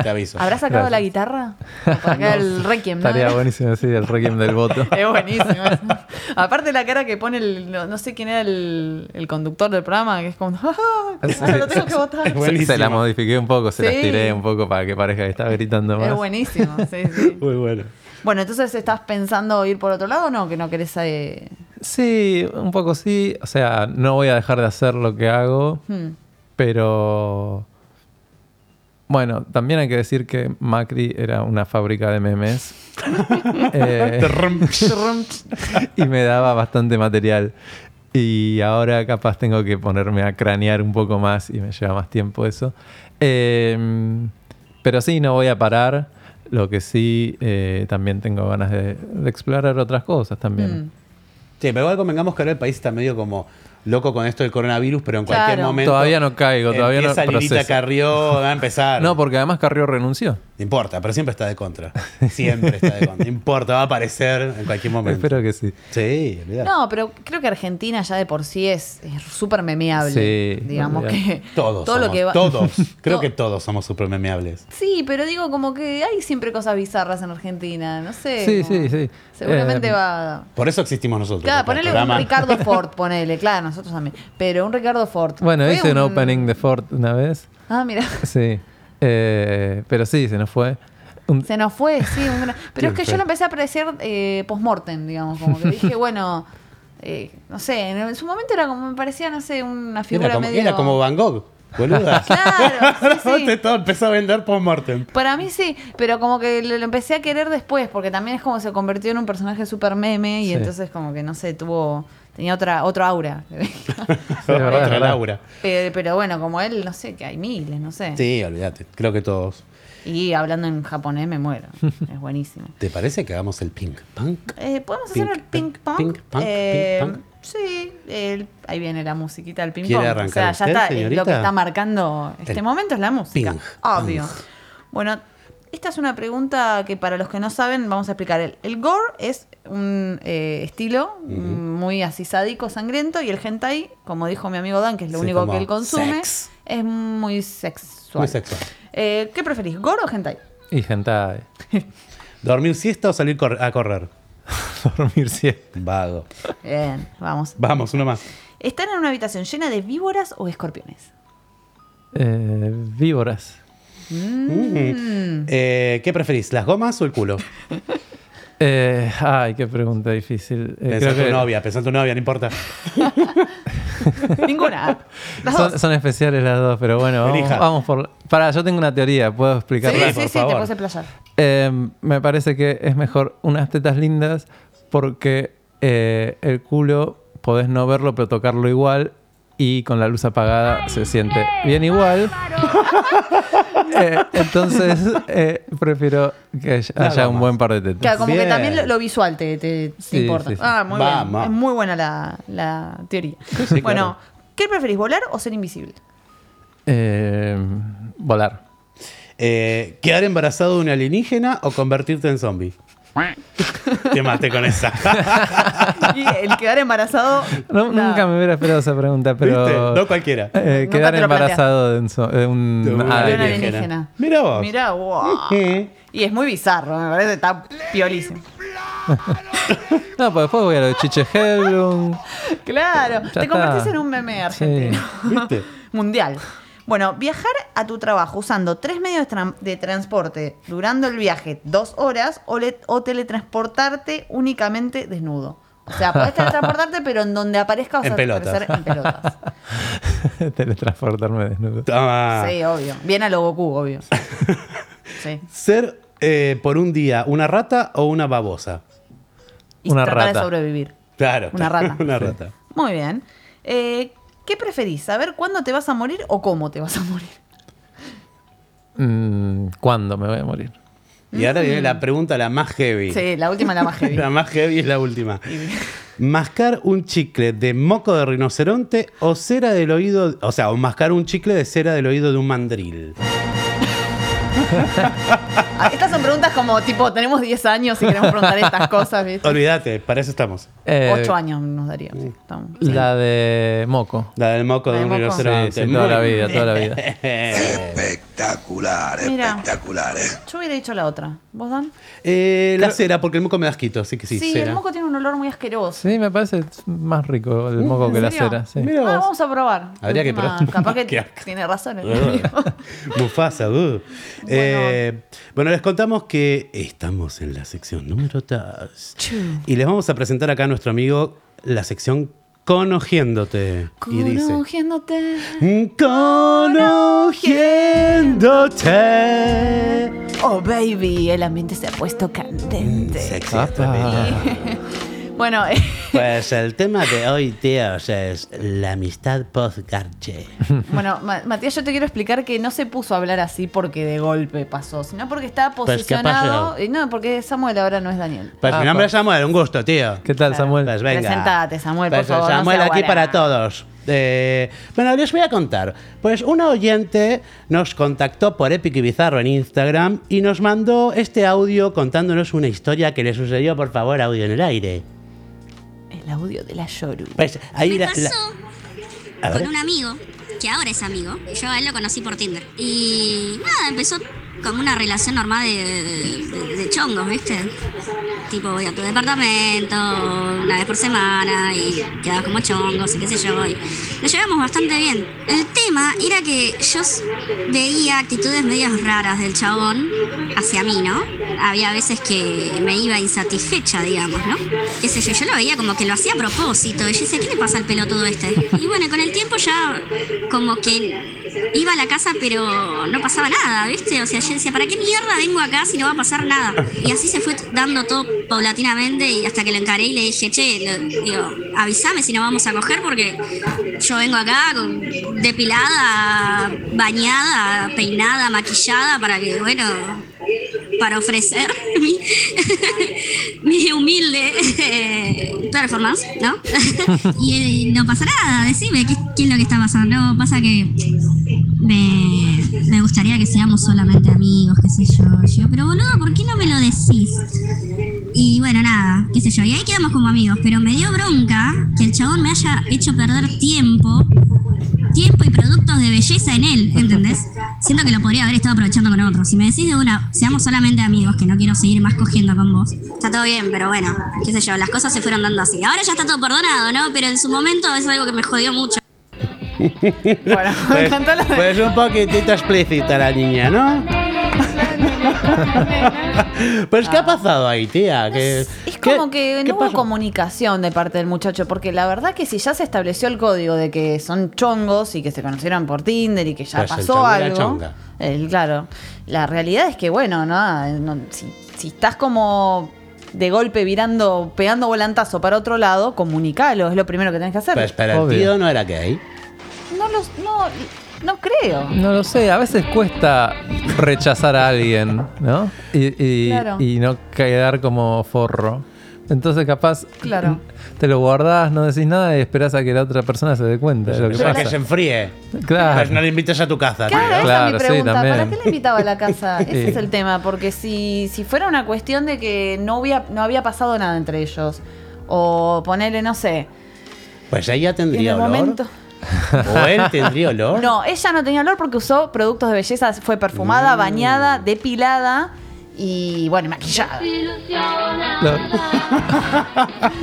S5: Te aviso.
S4: ¿Habrás sacado
S6: Gracias.
S4: la guitarra? Por acá el Requiem, ¿no? Eh,
S6: Estaría buenísimo decir el requiem del voto.
S4: Es buenísimo. eso. Aparte la cara que pone el, no, no sé quién era el, el conductor del programa, que es como, ¡Ah, claro, lo tengo que votar.
S5: Es buenísimo.
S6: Se la modifiqué un poco, se las
S4: Sí.
S6: tiré un poco para que parezca que estaba gritando más.
S4: Es buenísimo, sí, sí.
S5: Muy bueno.
S4: Bueno, entonces estás pensando ir por otro lado o no, que no querés eh,
S6: Sí, un poco sí. O sea, no voy a dejar de hacer lo que hago,
S4: hmm,
S6: pero. Bueno, también hay que decir que Macri era una fábrica de memes. Eh, y me daba bastante material. Y ahora capaz tengo que ponerme a cranear un poco más y me lleva más tiempo eso. Eh, pero sí, no voy a parar. Lo que sí, eh, también tengo ganas de, de explorar otras cosas también.
S4: hmm.
S5: Sí, pero igual convengamos que ahora el país está medio como loco con esto del coronavirus, pero en cualquier
S4: Claro.
S5: momento.
S6: Todavía no caigo, todavía no
S5: empieza Lilita
S6: proceso.
S5: Carrió, va a empezar.
S6: No, porque además Carrió renunció.
S5: No importa, pero siempre está de contra. Siempre está de contra. No importa, va a aparecer en cualquier momento.
S6: Espero que sí.
S5: Sí, olvidate.
S4: No, pero creo que Argentina ya de por sí es es súper memeable.
S6: Sí,
S4: digamos que
S6: olvidate.
S5: Todos.
S4: todo lo
S5: somos-
S4: que va-
S5: Todos. Creo
S4: To-
S5: que todos somos super memeables.
S4: Sí, pero digo como que hay siempre cosas bizarras en Argentina, no sé.
S6: Sí,
S4: como-
S6: sí, sí.
S4: Seguramente
S6: Eh,
S4: va.
S5: Por eso existimos nosotros.
S4: Claro,
S5: porque el
S4: ponele un
S5: programa-
S4: Ricardo Ford, ponele, claro, nosotros también. Pero un Ricardo Ford.
S6: Bueno,
S4: Fue
S6: hice un opening de Ford una vez.
S4: Ah, mira.
S6: Sí. Eh, pero sí, se nos fue. Un-
S4: Se nos fue, sí. un gran- Pero es que
S5: fue?
S4: yo lo empecé a apreciar eh, post-mortem, digamos. Como que dije, bueno, eh, no sé, en su momento era como, me parecía, no sé, una figura
S5: Era como,
S4: medio.
S5: era como Van Gogh, boluda.
S4: Claro, sí, sí.
S5: Te todo empezó a vender post-mortem.
S4: Para mí sí, pero como que lo, lo empecé a querer después, porque también es como se convirtió en un personaje súper meme y
S6: Sí.
S4: entonces como que, no sé, tuvo, tenía otra, otro aura.
S6: Sí, es verdad, es
S5: Otra
S6: verdad.
S5: Laura.
S4: pero, pero bueno, como él, no sé, que hay miles, no sé.
S5: Sí, olvídate. Creo que todos.
S4: Y hablando en japonés me muero. Es buenísimo.
S5: ¿Te parece que hagamos el ping pong?
S4: Eh, ¿Podemos
S5: Pink,
S4: hacer el ping
S5: pink,
S4: pong?
S5: pink, punk,
S4: Eh,
S5: pink, punk.
S4: Sí, el- ahí viene la musiquita del ping
S5: ¿Quiere
S4: pong.
S5: arrancar
S4: o sea, ya
S5: usted,
S4: está. eh,
S5: señorita?
S4: Lo que está marcando este
S5: El
S4: momento es la música.
S5: ping
S4: obvio.
S5: pong.
S4: Bueno, esta es una pregunta que para los que no saben, vamos a explicar. El, el gore es un eh, estilo mm, muy así sádico, sangriento, y el hentai, como dijo mi amigo Dan, que es lo
S5: Sí,
S4: único
S5: como
S4: que él consume,
S5: sex.
S4: es muy sexual.
S5: Muy sexual.
S4: Eh, ¿Qué preferís, gore o hentai?
S6: Y hentai.
S5: ¿Dormir siesta o salir cor- a correr?
S6: Dormir siempre.
S5: Vago.
S4: Bien, vamos.
S5: Vamos, uno más.
S4: ¿Están en una habitación llena de víboras o escorpiones?
S6: Eh, víboras.
S4: Mm.
S5: Eh, ¿Qué preferís, las gomas o el culo?
S6: Eh, ay, qué pregunta difícil. Eh,
S5: Pensá en
S6: creo
S5: tu
S6: que-
S5: novia, pensá en tu novia, no importa.
S4: Ninguna. Las
S6: Son,
S4: dos.
S6: son especiales las dos, pero bueno, vamos,
S5: Elija.
S6: vamos por... Pará, yo tengo una teoría, ¿puedo
S4: Sí,
S6: explicarla,
S4: sí,
S6: por
S4: sí, te
S6: favor?
S4: puedes explayar.
S6: Eh, me parece que es mejor unas tetas lindas porque eh, el culo podés no verlo pero tocarlo igual y con la luz apagada se siente bien igual. Eh, entonces eh, prefiero que haya
S5: Nada
S6: un
S5: más.
S6: buen par de tetas.
S4: Claro, como
S5: Bien.
S4: que también lo, lo visual te, te- te
S6: Sí,
S4: importa.
S6: sí, sí.
S4: Ah, muy
S5: Vamos.
S4: bien. Es muy buena la, la teoría.
S5: Sí,
S4: bueno,
S5: claro.
S4: ¿qué preferís, volar o ser invisible?
S6: Eh, volar.
S5: Eh, ¿Quedar embarazado de un alienígena o convertirte en zombie? Te maté con esa.
S4: Y el quedar embarazado.
S6: No,
S4: nada.
S6: Nunca me hubiera esperado esa pregunta, pero...
S5: ¿Viste? No cualquiera.
S6: eh,
S4: Nunca
S6: quedar
S4: te lo planteaste.
S6: embarazado de un, so- de un
S5: De un
S6: alien.
S4: alienígena. alienígena.
S5: Mira vos.
S4: Mirá, wow. Y es muy bizarro, me parece, está piolísimo.
S6: No, pues después voy a lo de Chiche Hellblum.
S4: Claro,
S6: Ya
S4: te
S6: está.
S4: convertís en un meme argentino.
S5: ¿Viste?
S4: Mundial. Bueno, viajar a tu trabajo usando tres medios de, tran- de transporte durando el viaje dos horas o, le- o teletransportarte únicamente desnudo. O sea, podés teletransportarte, pero en donde aparezca vas
S5: En
S4: a
S5: pelotas.
S4: aparecer en pelotas.
S6: Teletransportarme desnudo.
S5: Toma.
S4: Sí, obvio. Bien a lo Goku, obvio. Sí.
S5: ¿Ser eh, por un día una rata o una babosa?
S4: Y
S6: Una
S4: tratar de
S6: rata.
S4: sobrevivir.
S5: Claro.
S4: Una rata.
S5: una
S6: Sí.
S5: rata.
S4: Muy bien. Eh, ¿Qué preferís? ¿Saber cuándo te vas a morir o cómo te vas a morir?
S6: Mm, ¿Cuándo me voy a morir?
S5: Y ahora viene la pregunta, la más heavy.
S4: Sí, la última es la más heavy.
S5: La más heavy es la última. ¿Mascar un chicle de moco de rinoceronte o cera del oído, o sea, o mascar un chicle de cera del oído de un mandril?
S4: Ah, Estas son preguntas como, tipo, tenemos 10 años y queremos preguntar estas cosas, ¿viste?
S5: Olvídate, para eso estamos.
S6: Eh,
S4: 8 años nos daría. sí, estamos- sí.
S6: La de Moco.
S5: La del moco
S4: La
S5: de
S4: del
S5: un
S4: moco.
S5: rinoceronte.
S6: Sí, sí, toda
S5: Muy
S6: la vida,
S5: bien.
S6: toda la vida.
S7: Espectacular,
S4: Mira.
S7: espectacular, eh.
S4: Yo hubiera dicho la otra. ¿Vos, Dan?
S5: Eh, la cera, porque el moco me da asquito, así que sí,
S4: Sí,
S5: cera.
S4: el moco tiene un olor muy asqueroso.
S6: Sí, me parece más rico el Moco
S4: ¿en
S6: que la
S4: serio?
S6: cera. sí.
S5: Mira
S4: Ah,
S5: vos.
S4: vamos a probar.
S5: Habría que
S4: Última,
S5: probar.
S4: Capaz que
S5: Qué asco.
S4: tiene razón. ¿eh? el
S5: Ugh.
S4: amigo.
S5: Mufasa, uh. Eh, bueno, les contamos que estamos en la sección número 3. Y les vamos a presentar acá a nuestro amigo la sección Conojiéndote. Y dice:
S4: Conojiéndote.
S5: Conojiéndote.
S4: Oh, baby, el ambiente se ha puesto
S7: Mm,
S4: candente.
S5: Sexy.
S6: Apa.
S4: Bueno, eh,
S5: Pues el tema de hoy, tíos, es la amistad postgarche.
S4: bueno, Ma- Matías, yo te quiero explicar que no se puso a hablar así porque de golpe pasó, sino porque estaba
S5: Pues, ¿qué
S4: posicionado.
S5: pasó?
S4: y no, porque Samuel ahora no es Daniel.
S5: Pues
S6: Ah,
S5: mi nombre
S6: pa-
S5: es Samuel, un gusto, tío.
S6: ¿Qué tal, Samuel?
S5: Pues venga.
S4: Presentate, Samuel, por
S5: Pues,
S4: favor, no
S5: Samuel
S4: sea
S5: aquí
S4: guará.
S5: para todos. Eh, bueno, les voy a contar. Pues una oyente nos contactó por Epic y Bizarro en Instagram y nos mandó este audio contándonos una historia que le sucedió, por favor, audio en el aire.
S4: El audio de la Yoru.
S5: Pues ahí
S8: Me
S5: la,
S8: pasó
S5: la- A ver.
S8: con un amigo, que ahora es amigo. Yo a él lo conocí por Tinder. Y nada, empezó como una relación normal de, de- de chongos, ¿viste? Tipo, voy a tu departamento una vez por semana y quedabas como chongos y qué sé yo. Y nos llevamos bastante bien. El tema era que yo s- veía actitudes medias raras del chabón hacia mí, ¿no? Había veces que me iba insatisfecha, digamos, ¿no? Qué sé yo, yo lo veía como que lo hacía a propósito. Y yo decía, ¿qué le pasa al pelotudo este? Y bueno, con el tiempo ya como que iba a la casa, pero no pasaba nada, ¿viste? O sea, yo decía, ¿para qué mierda vengo acá si no va a pasar nada? Y así se fue dando todo paulatinamente y hasta que lo encaré y le dije, che, lo- digo, avísame si no vamos a coger porque yo vengo acá con- depilada, bañada, peinada, maquillada para que, bueno, para ofrecer mi, mi humilde eh, performance, ¿no? y eh, no pasa nada, decime ¿qué, qué es lo que está pasando. Pasa que me, me gustaría que seamos solamente amigos, qué sé yo. Yo, pero boludo, ¿por qué no me lo decís? Y bueno, nada, qué sé yo. Y ahí quedamos como amigos, pero me dio bronca que el chabón me haya hecho perder tiempo tiempo y productos de belleza en él, ¿entendés? Siento que lo podría haber estado aprovechando con otros. Si me decís de una, seamos solamente amigos, que no quiero seguir más cogiendo con vos. Está todo bien, pero bueno, qué sé yo, las cosas se fueron dando así. Ahora ya está todo perdonado, ¿no? Pero en su momento es algo que me jodió mucho.
S4: Bueno, me
S5: Pues,
S4: encantó la-
S5: pues un poquitito explícita la niña, ¿no? Pues, ¿qué ha pasado ahí, tía? Que,
S4: Ah. Es como que
S5: qué
S4: no hubo
S5: pasa?
S4: comunicación de parte del muchacho, porque la verdad que si ya se estableció el código de que son chongos y que se conocieron por Tinder y que ya
S5: Pues el
S4: pasó
S5: chongo era
S4: algo.
S5: chonga.
S4: el- claro. La realidad es que, bueno, nada, no, si, si estás como de golpe virando, pegando volantazo para otro lado, comunicalo, es lo primero que tenés que hacer.
S5: Pues para
S6: Obvio.
S5: el tío no era gay.
S4: no los, no, no creo.
S6: No lo sé, a veces cuesta rechazar a alguien, ¿no? Y, y-
S4: Claro.
S6: y no quedar como forro. Entonces capaz
S4: Claro.
S6: te lo guardás, no decís nada y esperás a que la otra persona se dé cuenta de Pues lo que
S5: Para que
S6: pasa.
S5: se enfríe. Pues no
S6: Claro.
S5: le invites a tu casa,
S4: Claro,
S5: tío.
S4: esa es
S6: Claro,
S4: mi
S6: sí,
S4: pregunta. ¿Para
S6: también.
S4: qué le invitaba a la casa? Ese
S6: Sí.
S4: es el tema, porque si, si fuera una cuestión de que no había, no había pasado nada entre ellos, o ponerle, no sé,
S5: Pues ella
S4: en
S5: tendría
S4: el
S5: olor.
S4: momento...
S5: O él tendría olor.
S4: No, ella no tenía olor porque usó productos de belleza, fue perfumada,
S5: Mm.
S4: bañada, depilada y, bueno, y maquillada.
S6: Lo,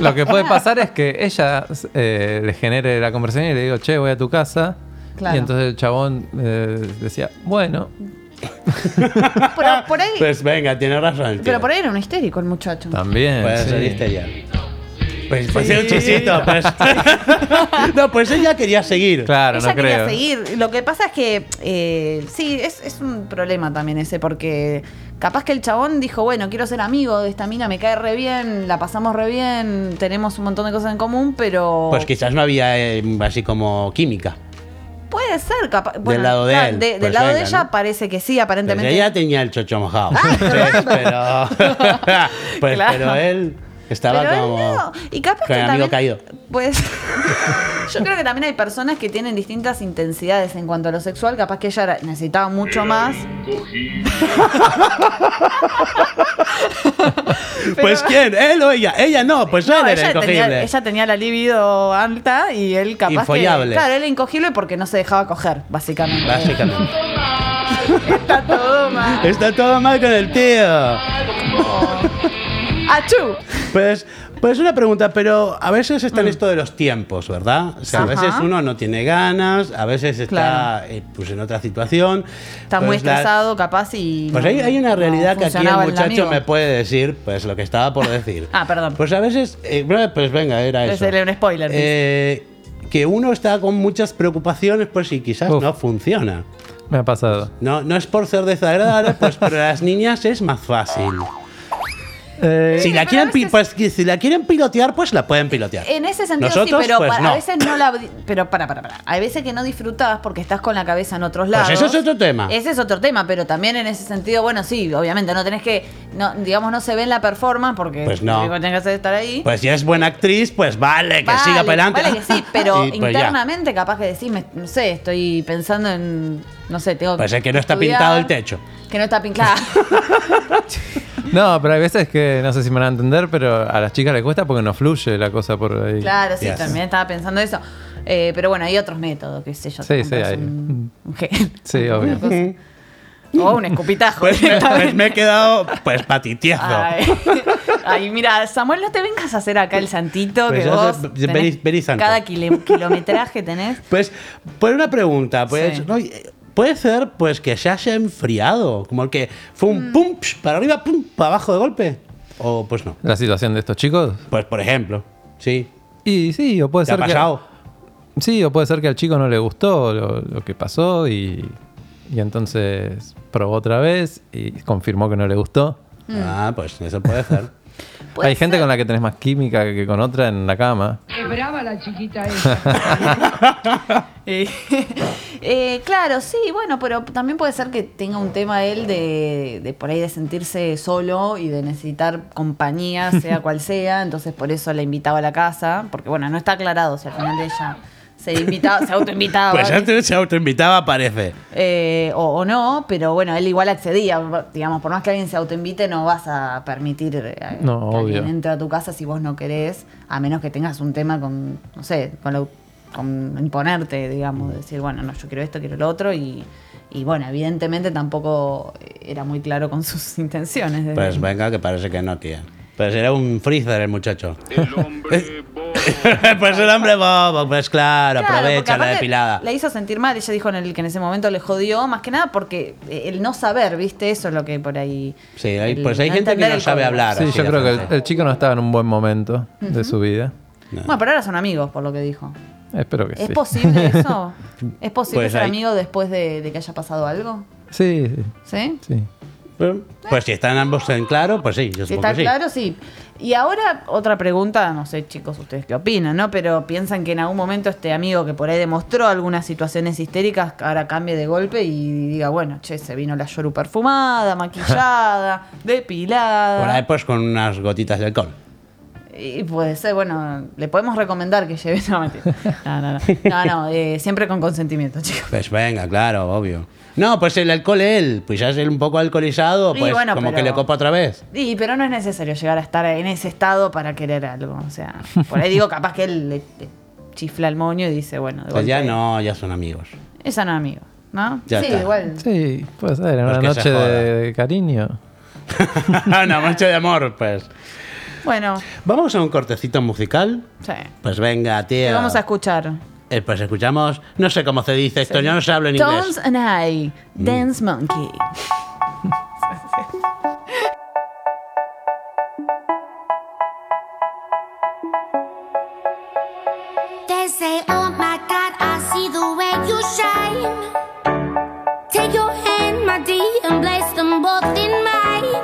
S6: lo que puede pasar es que ella eh, le genere la conversación y le digo, che, voy a tu casa.
S4: Claro.
S6: Y entonces el chabón eh, decía, bueno,
S4: Pero por ahí,
S5: Pues venga, tiene razón. el
S4: pero
S5: tío.
S4: por ahí era un histérico el muchacho.
S6: también.
S5: Puede
S6: sí".
S5: ser histeria. Pues, pues
S6: Sí.
S5: era un chistito, pues. no, pues ella quería seguir.
S6: Claro,
S4: Ella
S6: no
S4: quería
S6: creo.
S4: seguir. Lo que pasa es que eh, sí, es, es un problema también ese, porque capaz que el chabón dijo, bueno, quiero ser amigo de esta mina, me cae re bien, la pasamos re bien, tenemos un montón de cosas en común, pero
S5: Pues quizás no había eh, así como química. Pues
S4: puede ser capaz. bueno,
S5: lado de
S4: claro,
S5: él,
S4: del
S5: pues
S4: lado de
S5: venga,
S4: ella
S5: ¿no?
S4: parece que sí,
S5: Pues
S4: aparentemente.
S5: ella tenía el chocho mojado. Pues, pero,
S4: Ah,
S5: pues,
S4: Claro.
S5: pero él estaba
S4: Pero él
S5: como.
S4: no. Y capaz que
S5: con el amigo
S4: también,
S5: caído.
S4: Pues. yo creo que también hay personas que tienen distintas intensidades en cuanto a lo sexual. Capaz que ella era- necesitaba mucho más.
S5: Pues quién, él o ella. Ella no, pues él
S4: No,
S5: era
S4: ella, tenía,
S5: incogible.
S4: ella tenía la libido alta y él capaz que...
S5: Infollable.
S4: Claro, él era incogible porque no se dejaba coger, básicamente.
S5: Básicamente.
S4: Está todo mal.
S5: Está todo mal con el tío.
S4: ¡Achú!
S5: Pues, pues una pregunta, pero a veces están esto de los tiempos, ¿verdad? O sea, a
S4: Mm. Ajá.
S5: veces uno no tiene ganas, a veces está
S4: Claro.
S5: eh, pues en otra situación.
S4: Está muy
S5: Pues la-
S4: estresado, capaz, y...
S5: Pues
S4: no-
S5: hay, hay
S4: no
S5: una realidad que aquí el
S4: funcionaba
S5: muchacho
S4: amigo.
S5: me puede decir, pues lo que estaba por decir.
S4: Ah, perdón.
S5: Pues a veces, eh, bueno, pues venga, era
S4: Es
S5: eso.
S4: el- un spoiler,
S5: Eh, que uno está con muchas preocupaciones, pues y quizás
S6: Uf.
S5: no funciona.
S6: Me ha pasado.
S5: No, no es por ser desagradable, pues para las niñas es más fácil.
S6: Eh,
S5: Si la,
S4: pero
S5: quieren,
S4: a
S5: pi-
S4: veces-
S5: pues, que si la quieren pilotear, pues la pueden pilotear.
S4: En ese sentido
S5: Nosotros,
S4: sí, pero
S5: pues,
S4: para-
S5: no.
S4: a veces no la... Pero para, para, para. Hay veces que no disfrutabas porque estás con la cabeza en otros
S5: Pues
S4: lados.
S5: eso es otro tema.
S4: Ese es otro tema, pero también en ese sentido, bueno, sí, obviamente, no tenés que... No, digamos, no se ve en la performance porque...
S5: Pues no.
S4: lo único que tenés que hacer es estar ahí.
S5: Pues si es buena actriz, pues vale, que
S4: Vale,
S5: siga para adelante.
S4: Vale que sí, pero
S5: Y, pues, ya.
S4: internamente capaz que decís, me- no sé, estoy pensando en, no sé, tengo
S5: Pues es que no está
S4: estudiar,
S5: pintado el techo.
S4: Que no está pintado.
S6: No, pero hay veces que no sé si me van a entender, pero a las chicas les cuesta porque no fluye la cosa por ahí.
S4: claro, sí,
S5: Yes.
S4: también estaba pensando eso. Eh, pero bueno, hay otros métodos, qué sé yo. te
S6: Sí, sí,
S4: compras
S6: hay.
S4: Un, un gel.
S6: Sí,
S4: una
S6: obvio.
S4: cosa. O Oh, un escupitajo.
S5: Pues me, pues
S4: directamente.
S5: me he quedado pues patitiezo.
S4: Ay, ay, mira, Samuel, no te vengas a hacer acá el santito
S5: Pues
S4: que
S5: ya
S4: vos
S5: se-
S4: tenés
S5: veri- verizante.
S4: cada kilo- kilometraje tenés.
S5: Pues, por una pregunta, pues,
S4: Sí.
S5: no, eh, puede ser pues que se haya enfriado, como el que fue
S4: Mm.
S5: un pum psh, para arriba, pum para abajo de golpe, o pues no.
S6: La situación de estos chicos.
S5: Pues por ejemplo, sí.
S6: Y sí, o puede
S5: ¿Te ha
S6: ser
S5: pasado?
S6: que. Sí, o puede ser que al chico no le gustó lo, lo que pasó y, y entonces probó otra vez y confirmó que no le gustó.
S4: Mm.
S5: Ah, pues eso puede ser.
S4: Puede
S6: hay gente con la que tenés más química que con otra en la cama.
S7: Qué brava la chiquita esa.
S4: Eh, eh, claro, sí, bueno, pero también puede ser que tenga un tema él de, de por ahí de sentirse solo y de necesitar compañía, sea cual sea, entonces por eso la invitaba a la casa, porque bueno, no está aclarado si al final ella se invitaba, se autoinvitaba.
S5: Pues antes se autoinvitaba, parece.
S4: eh, o, o no, pero bueno, él igual accedía, digamos, por más que alguien se autoinvite, no vas a permitir eh,
S6: No,
S4: que alguien
S6: obvio.
S4: entre a tu casa si vos no querés, a menos que tengas un tema con, no sé, con, lo- con imponerte, digamos,
S5: Mm.
S4: decir, bueno, no, yo quiero esto, quiero lo otro, y, y bueno, evidentemente tampoco era muy claro con sus intenciones. de-
S5: Pues venga, que parece que no, tía. Pues era un freezer el muchacho.
S9: El hombre bomba.
S5: por eso el hambre bobo, pues claro,
S4: Claro, porque
S5: aprovecha la
S4: aparte
S5: depilada.
S4: La hizo sentir mal, ella dijo en el que en ese momento le jodió, más que nada porque eh, el no saber, ¿viste? Eso es lo que por ahí.
S5: Sí, hay,
S4: el
S5: pues hay
S4: no
S5: gente que
S4: entender
S5: no
S4: el
S5: sabe
S4: código.
S5: hablar.
S6: Sí,
S5: así
S6: yo
S5: de
S6: creo que el,
S5: frente.
S6: el chico no estaba en un buen momento de su vida.
S4: Bueno, pero ahora son amigos, por lo que dijo.
S6: Espero que
S4: ¿Es
S6: sí.
S4: posible eso? ¿Es posible
S5: Pues
S4: ser
S5: ahí-
S4: amigo después de, de que haya pasado algo?
S6: Sí, sí,
S4: ¿Sí?
S6: sí.
S5: Bueno, Pues si están ambos en claro, pues sí, yo
S4: Si
S5: supongo
S4: está
S5: que sí.
S4: claro, sí. Y ahora otra pregunta, no sé chicos ustedes qué opinan, ¿no? Pero piensan que en algún momento este amigo que por ahí demostró algunas situaciones histéricas, ahora cambie de golpe y diga, bueno, che, se vino la Yoru perfumada, maquillada,
S5: Por ahí
S4: depilada.
S5: pues con unas gotitas de alcohol.
S4: Y puede ser, bueno, le podemos recomendar que lleve... No, mentira. no, no, no. No, no, eh, siempre con consentimiento, chicos.
S5: Pues venga, claro, obvio. No, pues el alcohol él, pues ya es él un poco alcoholizado,
S4: Y
S5: pues
S4: bueno,
S5: como
S4: pero-
S5: que le copa otra vez.
S4: Y, pero no es necesario llegar a estar en ese estado para querer algo. O sea, por ahí digo, capaz que él le, le chifla el moño y dice, bueno, de
S5: O sea, Pues ya
S4: golpe-
S5: no, ya son amigos.
S4: Esa no es amigo, ¿no?
S5: Ya
S4: sí,
S5: está.
S4: igual.
S6: Sí, puede ser. En
S5: Pues
S6: una
S5: que se
S6: noche
S5: joda.
S6: de, de cariño.
S5: Una mancha de amor, pues.
S4: Bueno,
S5: Vamos a un cortecito musical.
S4: sí.
S5: Pues venga, tío.
S4: ¿Qué vamos a escuchar?
S5: Eh, pues escuchamos, no sé cómo se dice esto, yo no sé hablo en
S4: Tones
S5: inglés.
S4: and I,
S5: Mm.
S4: Dance Monkey.
S8: They say, Oh my God, I see the way you shine. Take your hand, my dear, and place them both in mine.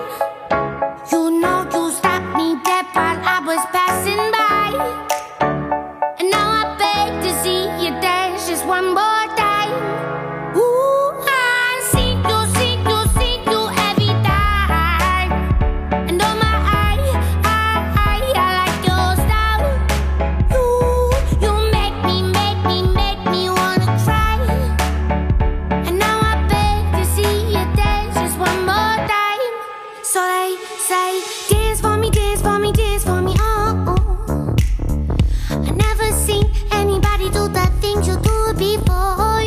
S8: You know you stopped me dead while I was passing by, and now I beg to see you dance just one more time. Ooh, I see you, see you, oh oh. "Oh oh oh, eh,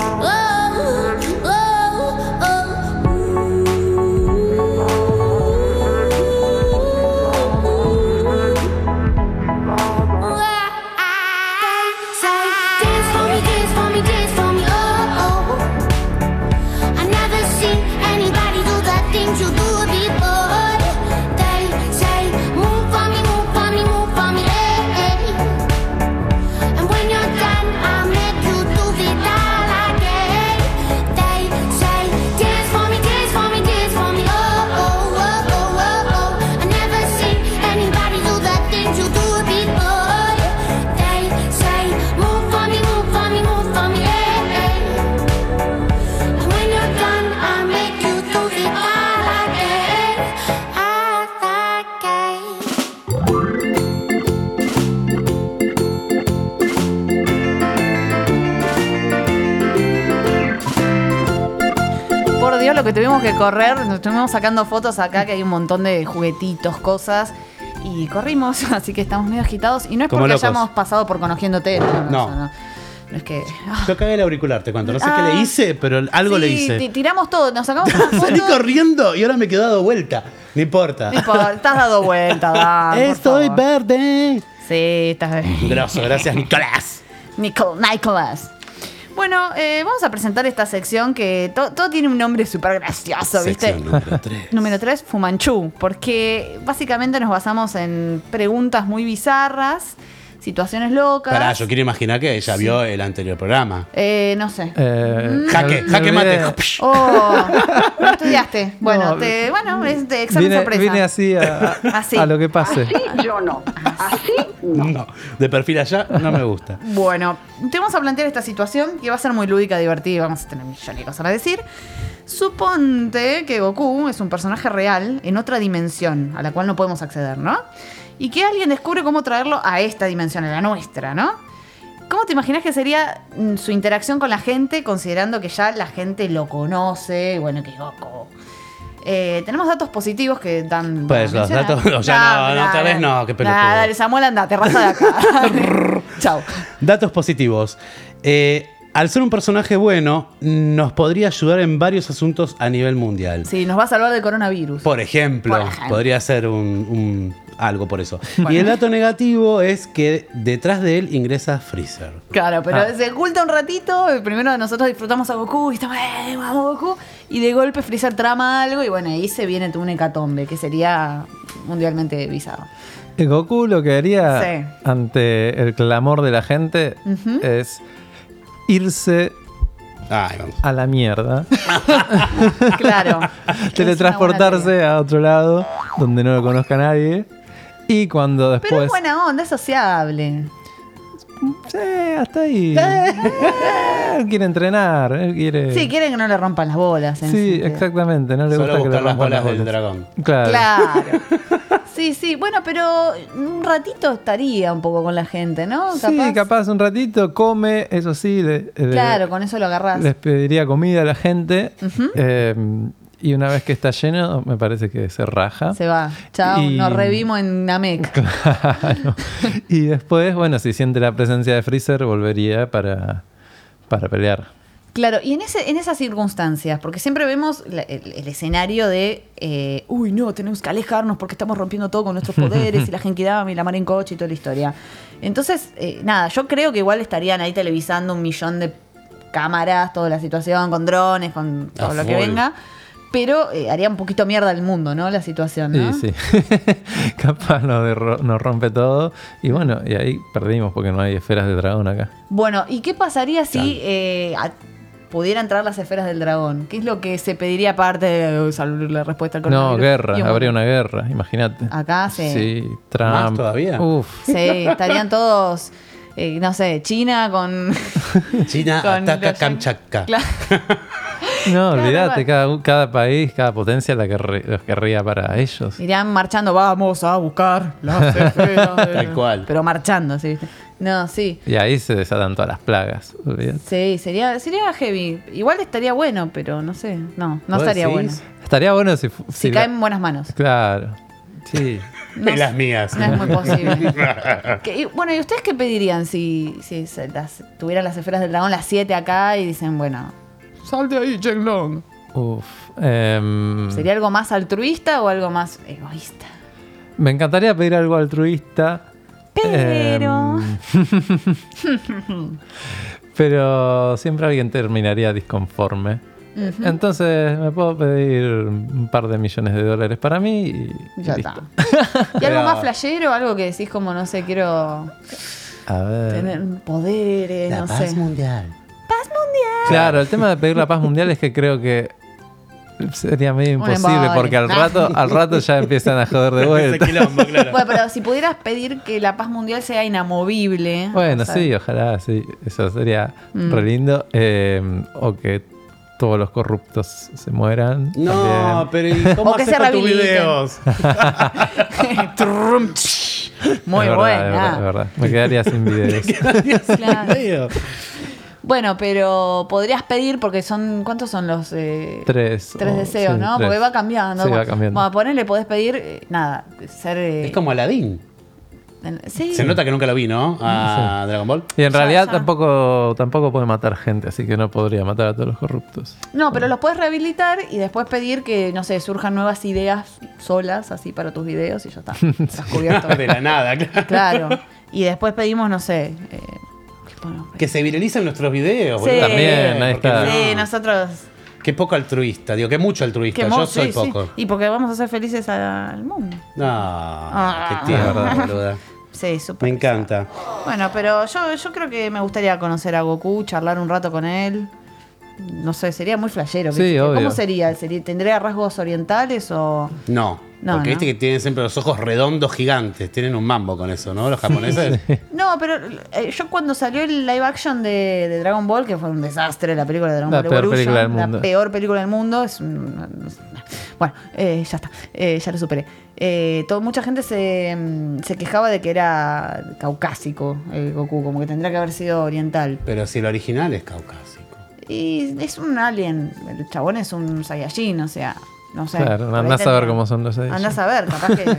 S8: oh, eh, oh, eh." oh, eh,
S4: Dios lo que tuvimos que correr. Nos estuvimos sacando fotos acá, que hay un montón de juguetitos, cosas. Y corrimos, así que estamos medio agitados. Y no es
S5: Como
S4: porque
S5: locos.
S4: hayamos pasado por conociéndote.
S5: No.
S4: no. No es que.
S5: Yo cagué el auricular, te cuento. No sé
S4: Ah.
S5: qué le hice, pero algo
S4: Sí,
S5: le
S4: ti-
S5: hice.
S4: Tiramos todo, nos sacamos una foto.
S5: Salí corriendo y ahora me he quedado vuelta. No importa.
S4: No importa, estás dado vuelta, Dan, por
S5: Estoy
S4: favor.
S5: verde.
S4: Sí, estás.
S5: Grosso, gracias, Nicolás.
S4: Nicol- Nicolás. Bueno, eh, vamos a presentar esta sección que to- todo tiene un nombre súper gracioso, ¿viste?
S5: Sección número 3.
S4: Número 3, Fumanchu, porque básicamente nos basamos en preguntas muy bizarras, situaciones locas.
S5: Pará, yo quiero imaginar que ella vio el anterior programa.
S4: Eh, no sé. Mm.
S6: Eh,
S5: Jaque,
S6: me- me
S5: jaque mate.
S6: olvidé.
S4: Oh, no estudiaste. Bueno,
S6: No,
S4: te, bueno, es de examen
S6: Vine,
S4: sorpresa. Ah,
S6: vine así a, a-
S4: Así.
S6: a lo que pase.
S7: Yo no. Así
S5: No, de perfil allá no me gusta.
S4: Bueno, te vamos a plantear esta situación que va a ser muy lúdica, divertida, vamos a tener millones de cosas para decir. Suponte que Goku es un personaje real en otra dimensión a la cual no podemos acceder, ¿no? Y que alguien descubre cómo traerlo a esta dimensión, a la nuestra, ¿no? ¿Cómo te imaginas que sería mm, su interacción con la gente considerando que ya la gente lo conoce? Bueno, que es Goku. Eh, tenemos datos positivos que dan...
S5: Pues,
S4: bueno,
S5: los
S4: menciona.
S5: datos- o sea, no, no,
S4: nah,
S5: tal vez no, qué pelotudo.
S4: nah, dale, Samuel, anda, te raza de acá. Chao.
S5: Datos positivos. Eh, al ser un personaje bueno, nos podría ayudar en varios asuntos a nivel mundial.
S4: Sí, nos va a salvar del coronavirus.
S5: Por ejemplo,
S4: Por ejemplo.
S5: podría ser un, un- algo por eso. Y el dato negativo es que detrás de él ingresa Freezer.
S4: Claro, pero
S6: Ah.
S4: se oculta un ratito. y Primero nosotros disfrutamos a Goku y estamos, "Eh, vamos Goku. Y de golpe Freezer trama algo y bueno, ahí se viene tu un hecatombe, que sería mundialmente visado.
S6: Eh, Goku lo que haría
S4: Sí.
S6: ante el clamor de la gente es irse
S5: Ay, Ah, vamos.
S6: a la mierda,
S4: Claro. Es una buena
S6: teletransportarse pues. a otro lado donde no lo conozca nadie y cuando
S4: teoría. Pero es
S6: después...
S4: buena onda, es sociable.
S6: Sí, hasta ahí. Él quiere entrenar, él quiere...
S4: Sí, quieren que no le rompan las bolas. en ese
S6: Sí,
S4: sentido.
S6: exactamente, no le
S5: Solo
S6: gusta que le
S5: buscar las bolas
S6: rompan
S5: del
S6: bolas.
S5: dragón.
S6: Claro.
S4: Claro. Sí, sí. Bueno, pero un ratito estaría un poco con la gente, ¿no?
S6: Sí, capaz. un ratito, come, eso sí. le- le-
S4: Claro, con eso lo agarrás.
S6: Les pediría comida a la gente. eh, y una vez que está lleno, me parece que se raja.
S4: Se va. Chao,
S6: Y-
S4: nos revimos en Namek.
S6: Claro. y después, bueno, si siente la presencia de Freezer, volvería para, para pelear.
S4: Claro, y en, ese, en esas circunstancias, porque siempre vemos la- el, el escenario de, eh, uy, no, tenemos que alejarnos porque estamos rompiendo todo con nuestros poderes y la Genkidama y la mar en coche y toda la historia. Entonces, eh, nada, yo creo que igual estarían ahí televisando un millón de cámaras, toda la situación, con drones, con todo
S5: A
S4: lo que
S5: full.
S4: venga, pero eh, haría un poquito mierda al mundo, ¿no? La situación, ¿no?
S6: Y sí, capaz nos, derro- nos rompe todo. Y bueno, y ahí perdimos porque no hay esferas de dragón acá.
S4: Bueno, ¿y qué pasaría si eh, a- pudiera entrar las esferas del dragón? ¿Qué es lo que se pediría aparte de eh, salir la respuesta al
S6: No,
S4: coronavirus?
S6: guerra,
S4: Y un-
S6: habría una guerra, imagínate.
S4: Acá sí.
S6: Sí, Trump.
S5: ¿Más todavía?
S6: Uf.
S4: Sí, estarían todos, eh, no sé, China con...
S5: China
S4: con
S5: ataca
S4: los-
S5: Kamchatka.
S4: Claro.
S6: No,
S4: bueno.
S6: olvídate, cada, un- cada país, cada potencia la querrí- los querría para ellos.
S4: Irían marchando, vamos a buscar las esferas. del-".
S5: Tal cual.
S4: Pero marchando, sí. ¿viste? No, sí.
S6: Y ahí se desatan todas las plagas, olvídate.
S4: Sí, sería, sería heavy. Igual estaría bueno, pero no sé. No, no
S5: ¿Vos
S4: estaría
S5: decís?
S4: bueno.
S6: Estaría bueno si... fu-
S4: Si
S6: si la-
S4: caen en buenas manos.
S6: Claro. Sí.
S4: No
S5: En las
S4: sé.
S5: mías.
S4: No es muy posible. Que- y, bueno, ¿y ustedes qué pedirían si, si se las- tuvieran las esferas del dragón las 7 acá y dicen, bueno, sal de ahí, Chen Long?
S6: Uf. em,
S4: ¿Sería algo más altruista o algo más egoísta?
S6: Me encantaría pedir algo altruista.
S5: Em,
S4: Pero-
S6: em, pero siempre alguien terminaría disconforme. Entonces me puedo pedir un par de millones de dólares para mí y, y
S4: Ya
S6: listo.
S4: está. ¿Y algo
S5: Pero-
S4: más flashero? ¿Algo que decís como, no sé, quiero
S6: A ver.
S4: tener poderes, no sé?
S5: mundial.
S6: Claro, el tema de pedir la paz mundial es que creo que sería medio
S4: Un
S6: imposible
S4: embole.
S6: porque al rato, al rato ya empiezan a joder de
S5: Ese
S6: vuelta.
S5: quilombo, claro.
S4: Bueno, pero si pudieras pedir que la paz mundial sea inamovible.
S6: Bueno,
S4: o sea,
S6: sí, ojalá, sí. Eso sería
S4: Mm.
S6: re lindo. Eh, o que todos los corruptos se mueran.
S5: No,
S6: también.
S5: pero ¿y cómo
S4: O que
S5: haces
S4: se
S5: con tus
S4: rehabiliten.
S5: videos?
S4: Trum, tsh. Muy
S6: Es verdad,
S4: buena.
S6: es verdad, es verdad. Me quedaría sin videos.
S4: Claro.
S5: Video.
S4: Bueno, pero podrías pedir, porque son. ¿Cuántos son los. eh,
S6: Tres,
S4: Tres
S6: o-
S4: deseos,
S6: sí,
S4: ¿no?
S6: tres.
S4: Porque va cambiando.
S6: Sí, va
S4: Bueno,
S6: cambiando.
S4: Bueno, ponele, podés pedir. eh, nada, ser. eh,
S5: Es como Aladdin.
S4: en- sí.
S5: Se nota que nunca lo vi, ¿no? A Dragon Ball.
S6: Y en
S4: Ya,
S6: realidad
S4: ya.
S6: tampoco tampoco puede matar gente, así que no podría matar a todos los corruptos.
S4: No, pero los puedes rehabilitar y después pedir que, no sé, surjan nuevas ideas solas, así para tus videos y ya está. Estás cubierto.
S5: De la nada, claro.
S4: claro. Y después pedimos, no sé. eh, ¿qué ponemos?
S5: Que se viralizan nuestros videos,
S4: Sí.
S5: boludo.
S6: También, ahí
S5: ¿Por qué
S6: está.
S5: no?
S4: Sí, nosotros.
S5: Qué poco altruista, digo, que mucho altruista.
S4: que
S5: Yo
S4: mo-
S5: soy
S4: sí, sí.
S5: poco.
S4: Y porque vamos a ser felices al mundo.
S5: No,
S4: Ah.
S5: qué tierna, boluda.
S4: Sí, súper.
S5: Me encanta.
S4: Bueno, pero yo, yo creo que me gustaría conocer a Goku, charlar un rato con él. No sé, sería muy flashero.
S6: Sí,
S4: ¿viste? ¿Cómo
S6: obvio.
S4: sería? ¿Sería- ¿Tendría rasgos orientales o...?
S5: No,
S4: No,
S5: porque
S4: no.
S5: viste que tienen siempre los ojos redondos gigantes. Tienen un mambo con eso, ¿no? Los japoneses.
S4: No, pero eh, yo cuando salió el live action de, de Dragon Ball, que fue un desastre, la película de Dragon
S6: La
S4: Ball
S6: peor
S4: Evolution,
S6: película del mundo.
S4: la peor película del mundo, es un- bueno, eh, ya está, eh, ya lo superé. Eh, todo- mucha gente se, mm, se quejaba de que era caucásico el Goku, como que tendría que haber sido oriental.
S5: Pero si el original es caucásico.
S4: Y es un alien, el chabón es un Saiyajin, o sea, no sé.
S6: Claro,
S4: por ahí
S6: andás a
S4: tendría-
S6: ver cómo son los Saiyajin.
S4: Andás a ver, capaz que...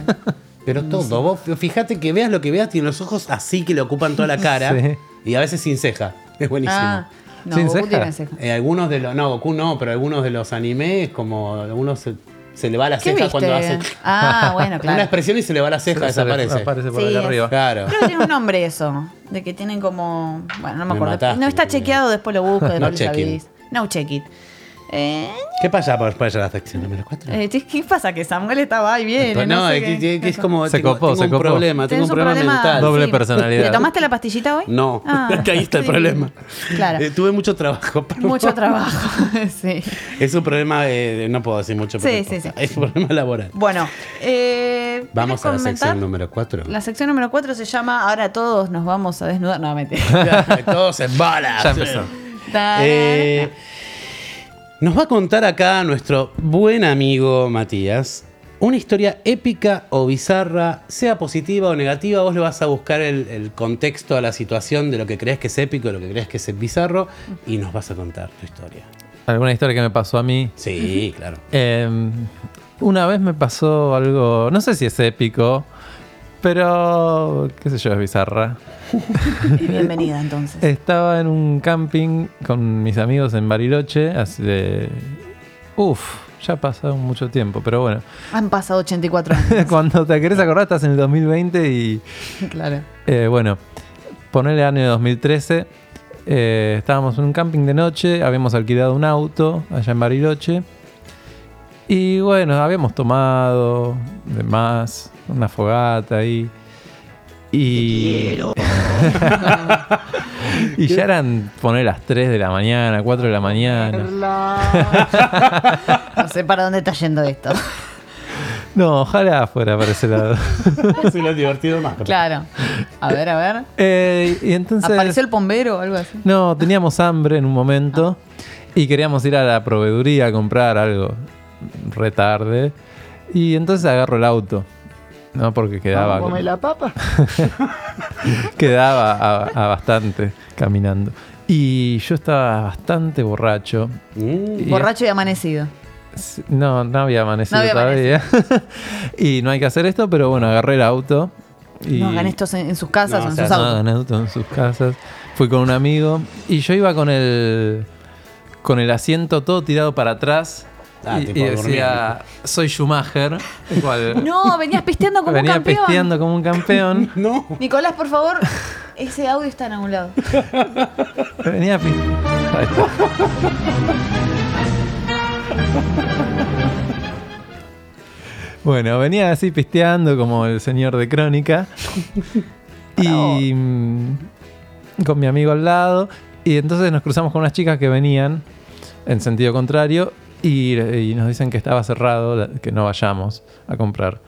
S5: Pero todo, vos fíjate que veas lo que veas, tiene los ojos así que le ocupan toda la cara
S6: Sí.
S5: y a veces sin ceja. Es buenísimo.
S4: Ah, no,
S6: Sin
S4: Goku
S6: ceja.
S4: tiene ceja.
S5: Eh, algunos de los. No, Goku no, pero algunos de los animes, como algunos se, se le va la
S4: ¿Qué
S5: ceja cuando hace.
S4: viste? Ah, bueno,
S5: Una
S4: claro.
S5: expresión y se le va la ceja, desaparece.
S6: Aparece por
S4: Sí,
S6: acá
S4: es-
S6: arriba.
S5: Claro.
S4: Creo que tiene un nombre eso, de que tienen como. Bueno, no me
S5: Me
S4: acuerdo.
S5: mataste,
S4: no está
S5: boludo.
S4: chequeado, después lo busco, después
S5: No
S4: les
S5: check it.
S4: aviso. No check it. Eh,
S5: ¿Qué pasa por, por la sección número 4?
S4: eh, che, ¿Qué pasa? Que Samuel estaba ahí bien.
S5: Pues no, es, que, que- que es como.
S6: Se
S5: tengo,
S6: copó,
S5: tengo
S6: se
S5: un
S6: copó.
S5: problema, tengo un problema, mental.
S6: Doble personalidad.
S4: ¿Te tomaste la pastillita hoy?
S5: No,
S4: Ah,
S5: que ahí está el
S4: sí.
S5: problema.
S4: Claro.
S5: Eh, tuve mucho trabajo. perdón.
S4: Mucho trabajo. sí.
S5: Es un problema, eh, de- no puedo decir mucho. pero
S4: Sí,
S5: no
S4: sí,
S5: importa.
S4: sí.
S5: Es un problema laboral.
S4: Bueno, eh,
S5: Vamos
S4: ¿querés
S5: a la
S4: comentar?
S5: sección número 4.
S4: La sección número 4 se llama Ahora todos nos vamos a desnudar. No, mentira.
S5: Eh. Todos en bolas.
S6: Ya empezó.
S4: Tarán.
S5: Eh, nos va a contar acá nuestro buen amigo Matías una historia épica o bizarra, sea positiva o negativa. Vos le vas a buscar el, el contexto a la situación de lo que crees que es épico, de lo que crees que es bizarro, y nos vas a contar tu historia.
S6: Alguna historia que me pasó a mí.
S5: Sí, claro.
S6: Eh, una vez me pasó algo, no sé si es épico, pero qué sé yo, es bizarra.
S4: Bienvenida entonces.
S6: Estaba en un camping con mis amigos en Bariloche, así de... Uf, ya ha pasado mucho tiempo, pero bueno.
S4: Han pasado 84 años.
S6: Cuando te querés acordar, estás en el 2020 y...
S4: Claro.
S6: Eh, bueno, ponerle año 2013. eh, estábamos en un camping de noche, habíamos alquilado un auto allá en Bariloche. Y bueno, habíamos tomado de más, una fogata ahí. Y. y ya eran poner las 3 de la mañana, 4 de la mañana.
S4: No sé para dónde está yendo esto.
S6: No, ojalá fuera para ese lado.
S5: Se lo ha divertido más. pero-
S4: Claro. A ver, a ver.
S6: Eh, y entonces.
S4: ¿Apareció el bombero o algo así?
S6: No, teníamos hambre en un momento y queríamos ir a la proveeduría a comprar algo re tarde. Y entonces agarro el auto, ¿no? Porque quedaba,
S7: la papa?
S6: quedaba a, a bastante caminando. Y yo estaba bastante borracho.
S5: Mm.
S6: Y-
S4: Uh, Borracho y amanecido.
S6: Sí, No, no había amanecido
S4: No había
S6: todavía. y no hay que hacer esto, pero bueno, agarré el auto. Y
S4: No hagan estos en, en sus casas
S5: No,
S4: o en
S5: o sea,
S4: sus
S6: No,
S4: autos.
S6: en auto, en sus casas. Fui con un amigo y yo iba con el con el asiento todo tirado para atrás
S5: Ah,
S6: y,
S5: tipo
S6: y decía soy Schumacher. Igual,
S4: No, venías pisteando como
S6: venía
S4: un campeón.
S6: pisteando como un campeón.
S5: No.
S4: Nicolás, por favor, ese audio está en algún lado.
S6: venía pi- Ahí está. Bueno, venía así pisteando como el señor de crónica. y mm, con mi amigo al lado. Y entonces nos cruzamos con unas chicas que venían en sentido contrario y, y nos dicen que estaba cerrado, la- que no vayamos a comprar.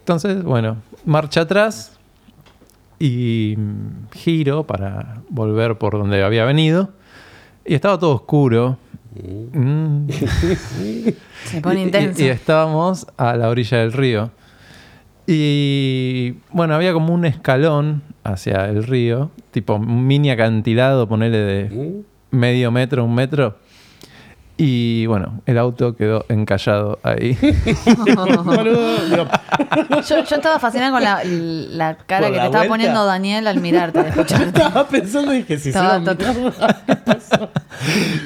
S6: Entonces, bueno, marcha atrás y mm, giro para volver por donde había venido. Y estaba todo oscuro. Mm.
S4: Se pone
S6: Y- y-
S4: intenso.
S6: Y, estábamos a la orilla del río. Y bueno, había como un escalón hacia el río, tipo un mini acantilado, ponele de medio metro, un metro. Y bueno, el auto quedó encallado ahí.
S5: Boludo, digo,
S4: Yo, yo estaba fascinada con la, la cara
S5: Por
S4: que
S5: la
S4: te estaba
S5: vuelta.
S4: poniendo Daniel al mirarte, al
S5: yo
S4: escucharte.
S5: estaba pensando y dije, si se
S4: Estaba
S5: va a mirar, ¿qué pasó?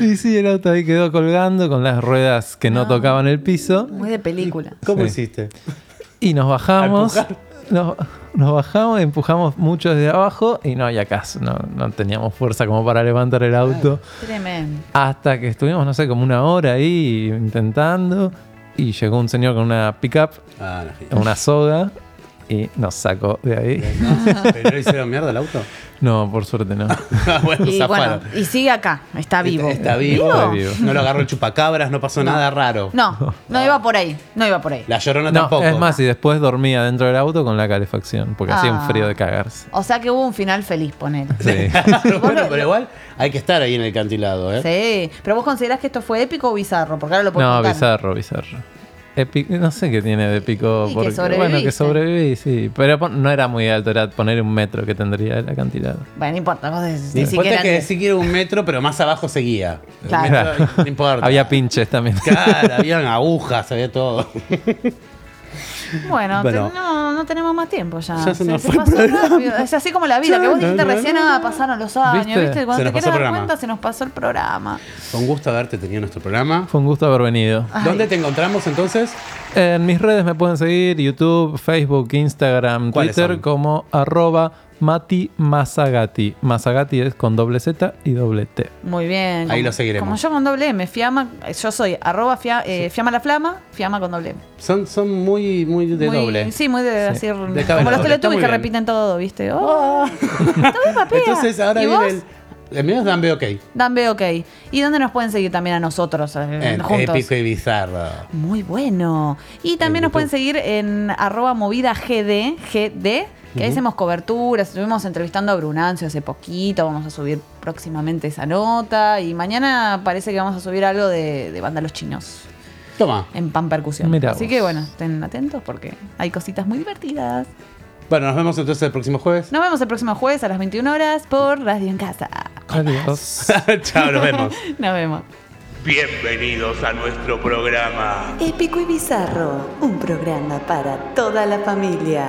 S6: y sí, el auto ahí quedó colgando con las ruedas que no, tocaban el piso.
S4: Muy de película.
S5: ¿Cómo
S6: Sí.
S5: hiciste?
S6: Y nos bajamos.
S5: Al pujar.
S6: Nos, nos bajamos, empujamos mucho desde abajo y no había caso. No, no teníamos fuerza como para levantar el auto.
S4: Tremendo.
S6: Hasta que estuvimos, no sé, como una hora ahí intentando. Y llegó un señor con una pickup,
S5: Ah, la gente.
S6: una soga, y nos sacó de ahí.
S5: ¿Pero le hicieron mierda el auto?
S6: No, por suerte no.
S5: Ah, bueno,
S4: Y
S5: zafaron.
S4: bueno, y sigue acá, está vivo.
S5: Está vivo.
S6: Está vivo.
S5: No lo agarró el chupacabras, no pasó nada raro.
S4: No, no iba por ahí, no iba por ahí.
S5: La llorona
S6: No,
S5: tampoco.
S6: es más, y después dormía dentro del auto con la calefacción, porque hacía
S4: Ah.
S6: un frío de cagarse.
S4: O sea que hubo un final feliz, ponele.
S6: Sí.
S5: bueno, pero igual hay que estar ahí en el cantilado, ¿eh?
S4: Sí, pero vos considerás que esto fue épico o bizarro, porque ahora lo podemos
S6: no,
S4: contar.
S6: bizarro, bizarro. Epi- no sé qué tiene de pico.
S4: Y que
S6: Porque, bueno,
S4: sobreviviste.
S6: que sobreviví, sí. Pero pon- no era muy alto, era poner un metro que tendría el acantilado.
S4: Bueno, no importa, vos decís,
S5: No
S4: ni
S5: importa
S4: siquiera...
S5: que siquiera un metro, pero más abajo seguía.
S4: Claro.
S5: Un metro, no importa.
S6: Había pinches también.
S5: Claro, habían agujas, había todo.
S4: Bueno,
S5: Bueno.
S4: te- no, no tenemos más tiempo ya.
S5: Ya se nos fue el
S4: pasó
S5: programa.
S4: rápido. Es así como la vida, que vos
S5: Ya,
S4: dijiste
S5: no, no,
S4: recién,
S5: no,
S4: ah, pasaron los años, ¿viste?
S6: ¿Viste?
S4: Cuando
S5: Se
S4: te
S5: nos pasó
S4: quieres
S5: el
S4: dar
S5: programa.
S4: cuenta, se nos pasó el programa.
S5: Con gusto haberte tenido en nuestro programa.
S6: Fue un gusto haber venido.
S4: Ay.
S5: ¿Dónde te encontramos entonces?
S6: En mis redes me pueden seguir, YouTube, Facebook, Instagram,
S5: ¿Cuáles
S6: Twitter,
S5: son?
S6: como arroba Mati Masagati. Masagati es con doble Z y doble T.
S4: Muy bien.
S5: Ahí
S4: Como-
S5: lo seguiremos.
S4: Como yo con doble M, Fiamma, yo soy arroba fia- eh, Fiamma la Flama, Fiamma con doble M.
S5: Son, son muy, muy de
S4: Muy-
S5: doble.
S4: Sí, muy de
S6: Sí.
S4: decir.
S5: De cabeza.
S4: como los
S5: Está
S4: teletubbies que
S5: muy bien. Ah.
S4: repiten todo, ¿viste? ¡Oh! ¡Tome papel!
S5: Entonces ahora
S4: ¿Y
S5: viene
S4: vos?
S5: el. El mío es Dan B.O.K.
S4: Dame ok. ¿Y dónde nos pueden seguir también a nosotros? eh,
S5: En
S4: juntos.
S5: Épico y bizarro.
S4: Muy bueno. Y también
S5: En
S4: nos pueden
S5: YouTube.
S4: seguir en arroba movida GD, GD, que ahí hacemos coberturas. Estuvimos entrevistando a Brunancio hace poquito. Vamos a subir próximamente esa nota. Y mañana parece que vamos a subir algo de, de Banda Los Chinos
S5: Toma.
S4: en pan percusión.
S6: Mirá
S4: Así
S6: vos.
S4: que bueno, estén atentos porque hay cositas muy divertidas.
S5: Bueno, nos vemos entonces el próximo jueves.
S4: Nos vemos el próximo jueves a las 21 horas por Radio en Casa.
S6: Adiós.
S5: Chao, nos vemos.
S4: Nos vemos.
S1: Bienvenidos a nuestro programa.
S2: Épico y Bizarro, un programa para toda la familia.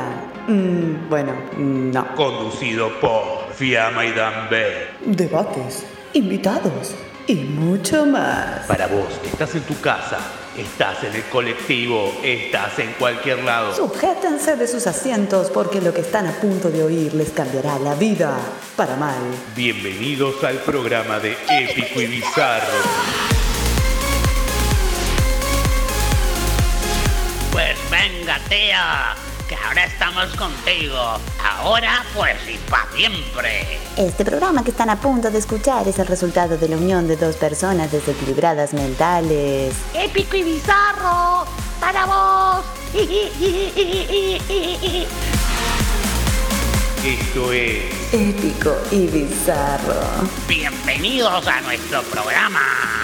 S2: Mm, bueno, no.
S1: Conducido por Fiamma y Dan B.
S2: Debates, invitados y mucho más.
S1: Para vos, que estás en tu casa, estás en el colectivo, estás en cualquier lado.
S2: Sujétense de sus asientos porque lo que están a punto de oír les cambiará la vida para mal.
S1: Bienvenidos al programa de Épico y Bizarro.
S3: Pues venga, tía, que ahora estamos contigo. Ahora, pues y para siempre.
S2: Este programa que están a punto de escuchar es el resultado de la unión de dos personas desequilibradas mentales.
S9: Épico y bizarro para vos.
S1: Esto es
S2: Épico y bizarro.
S3: Bienvenidos a nuestro programa.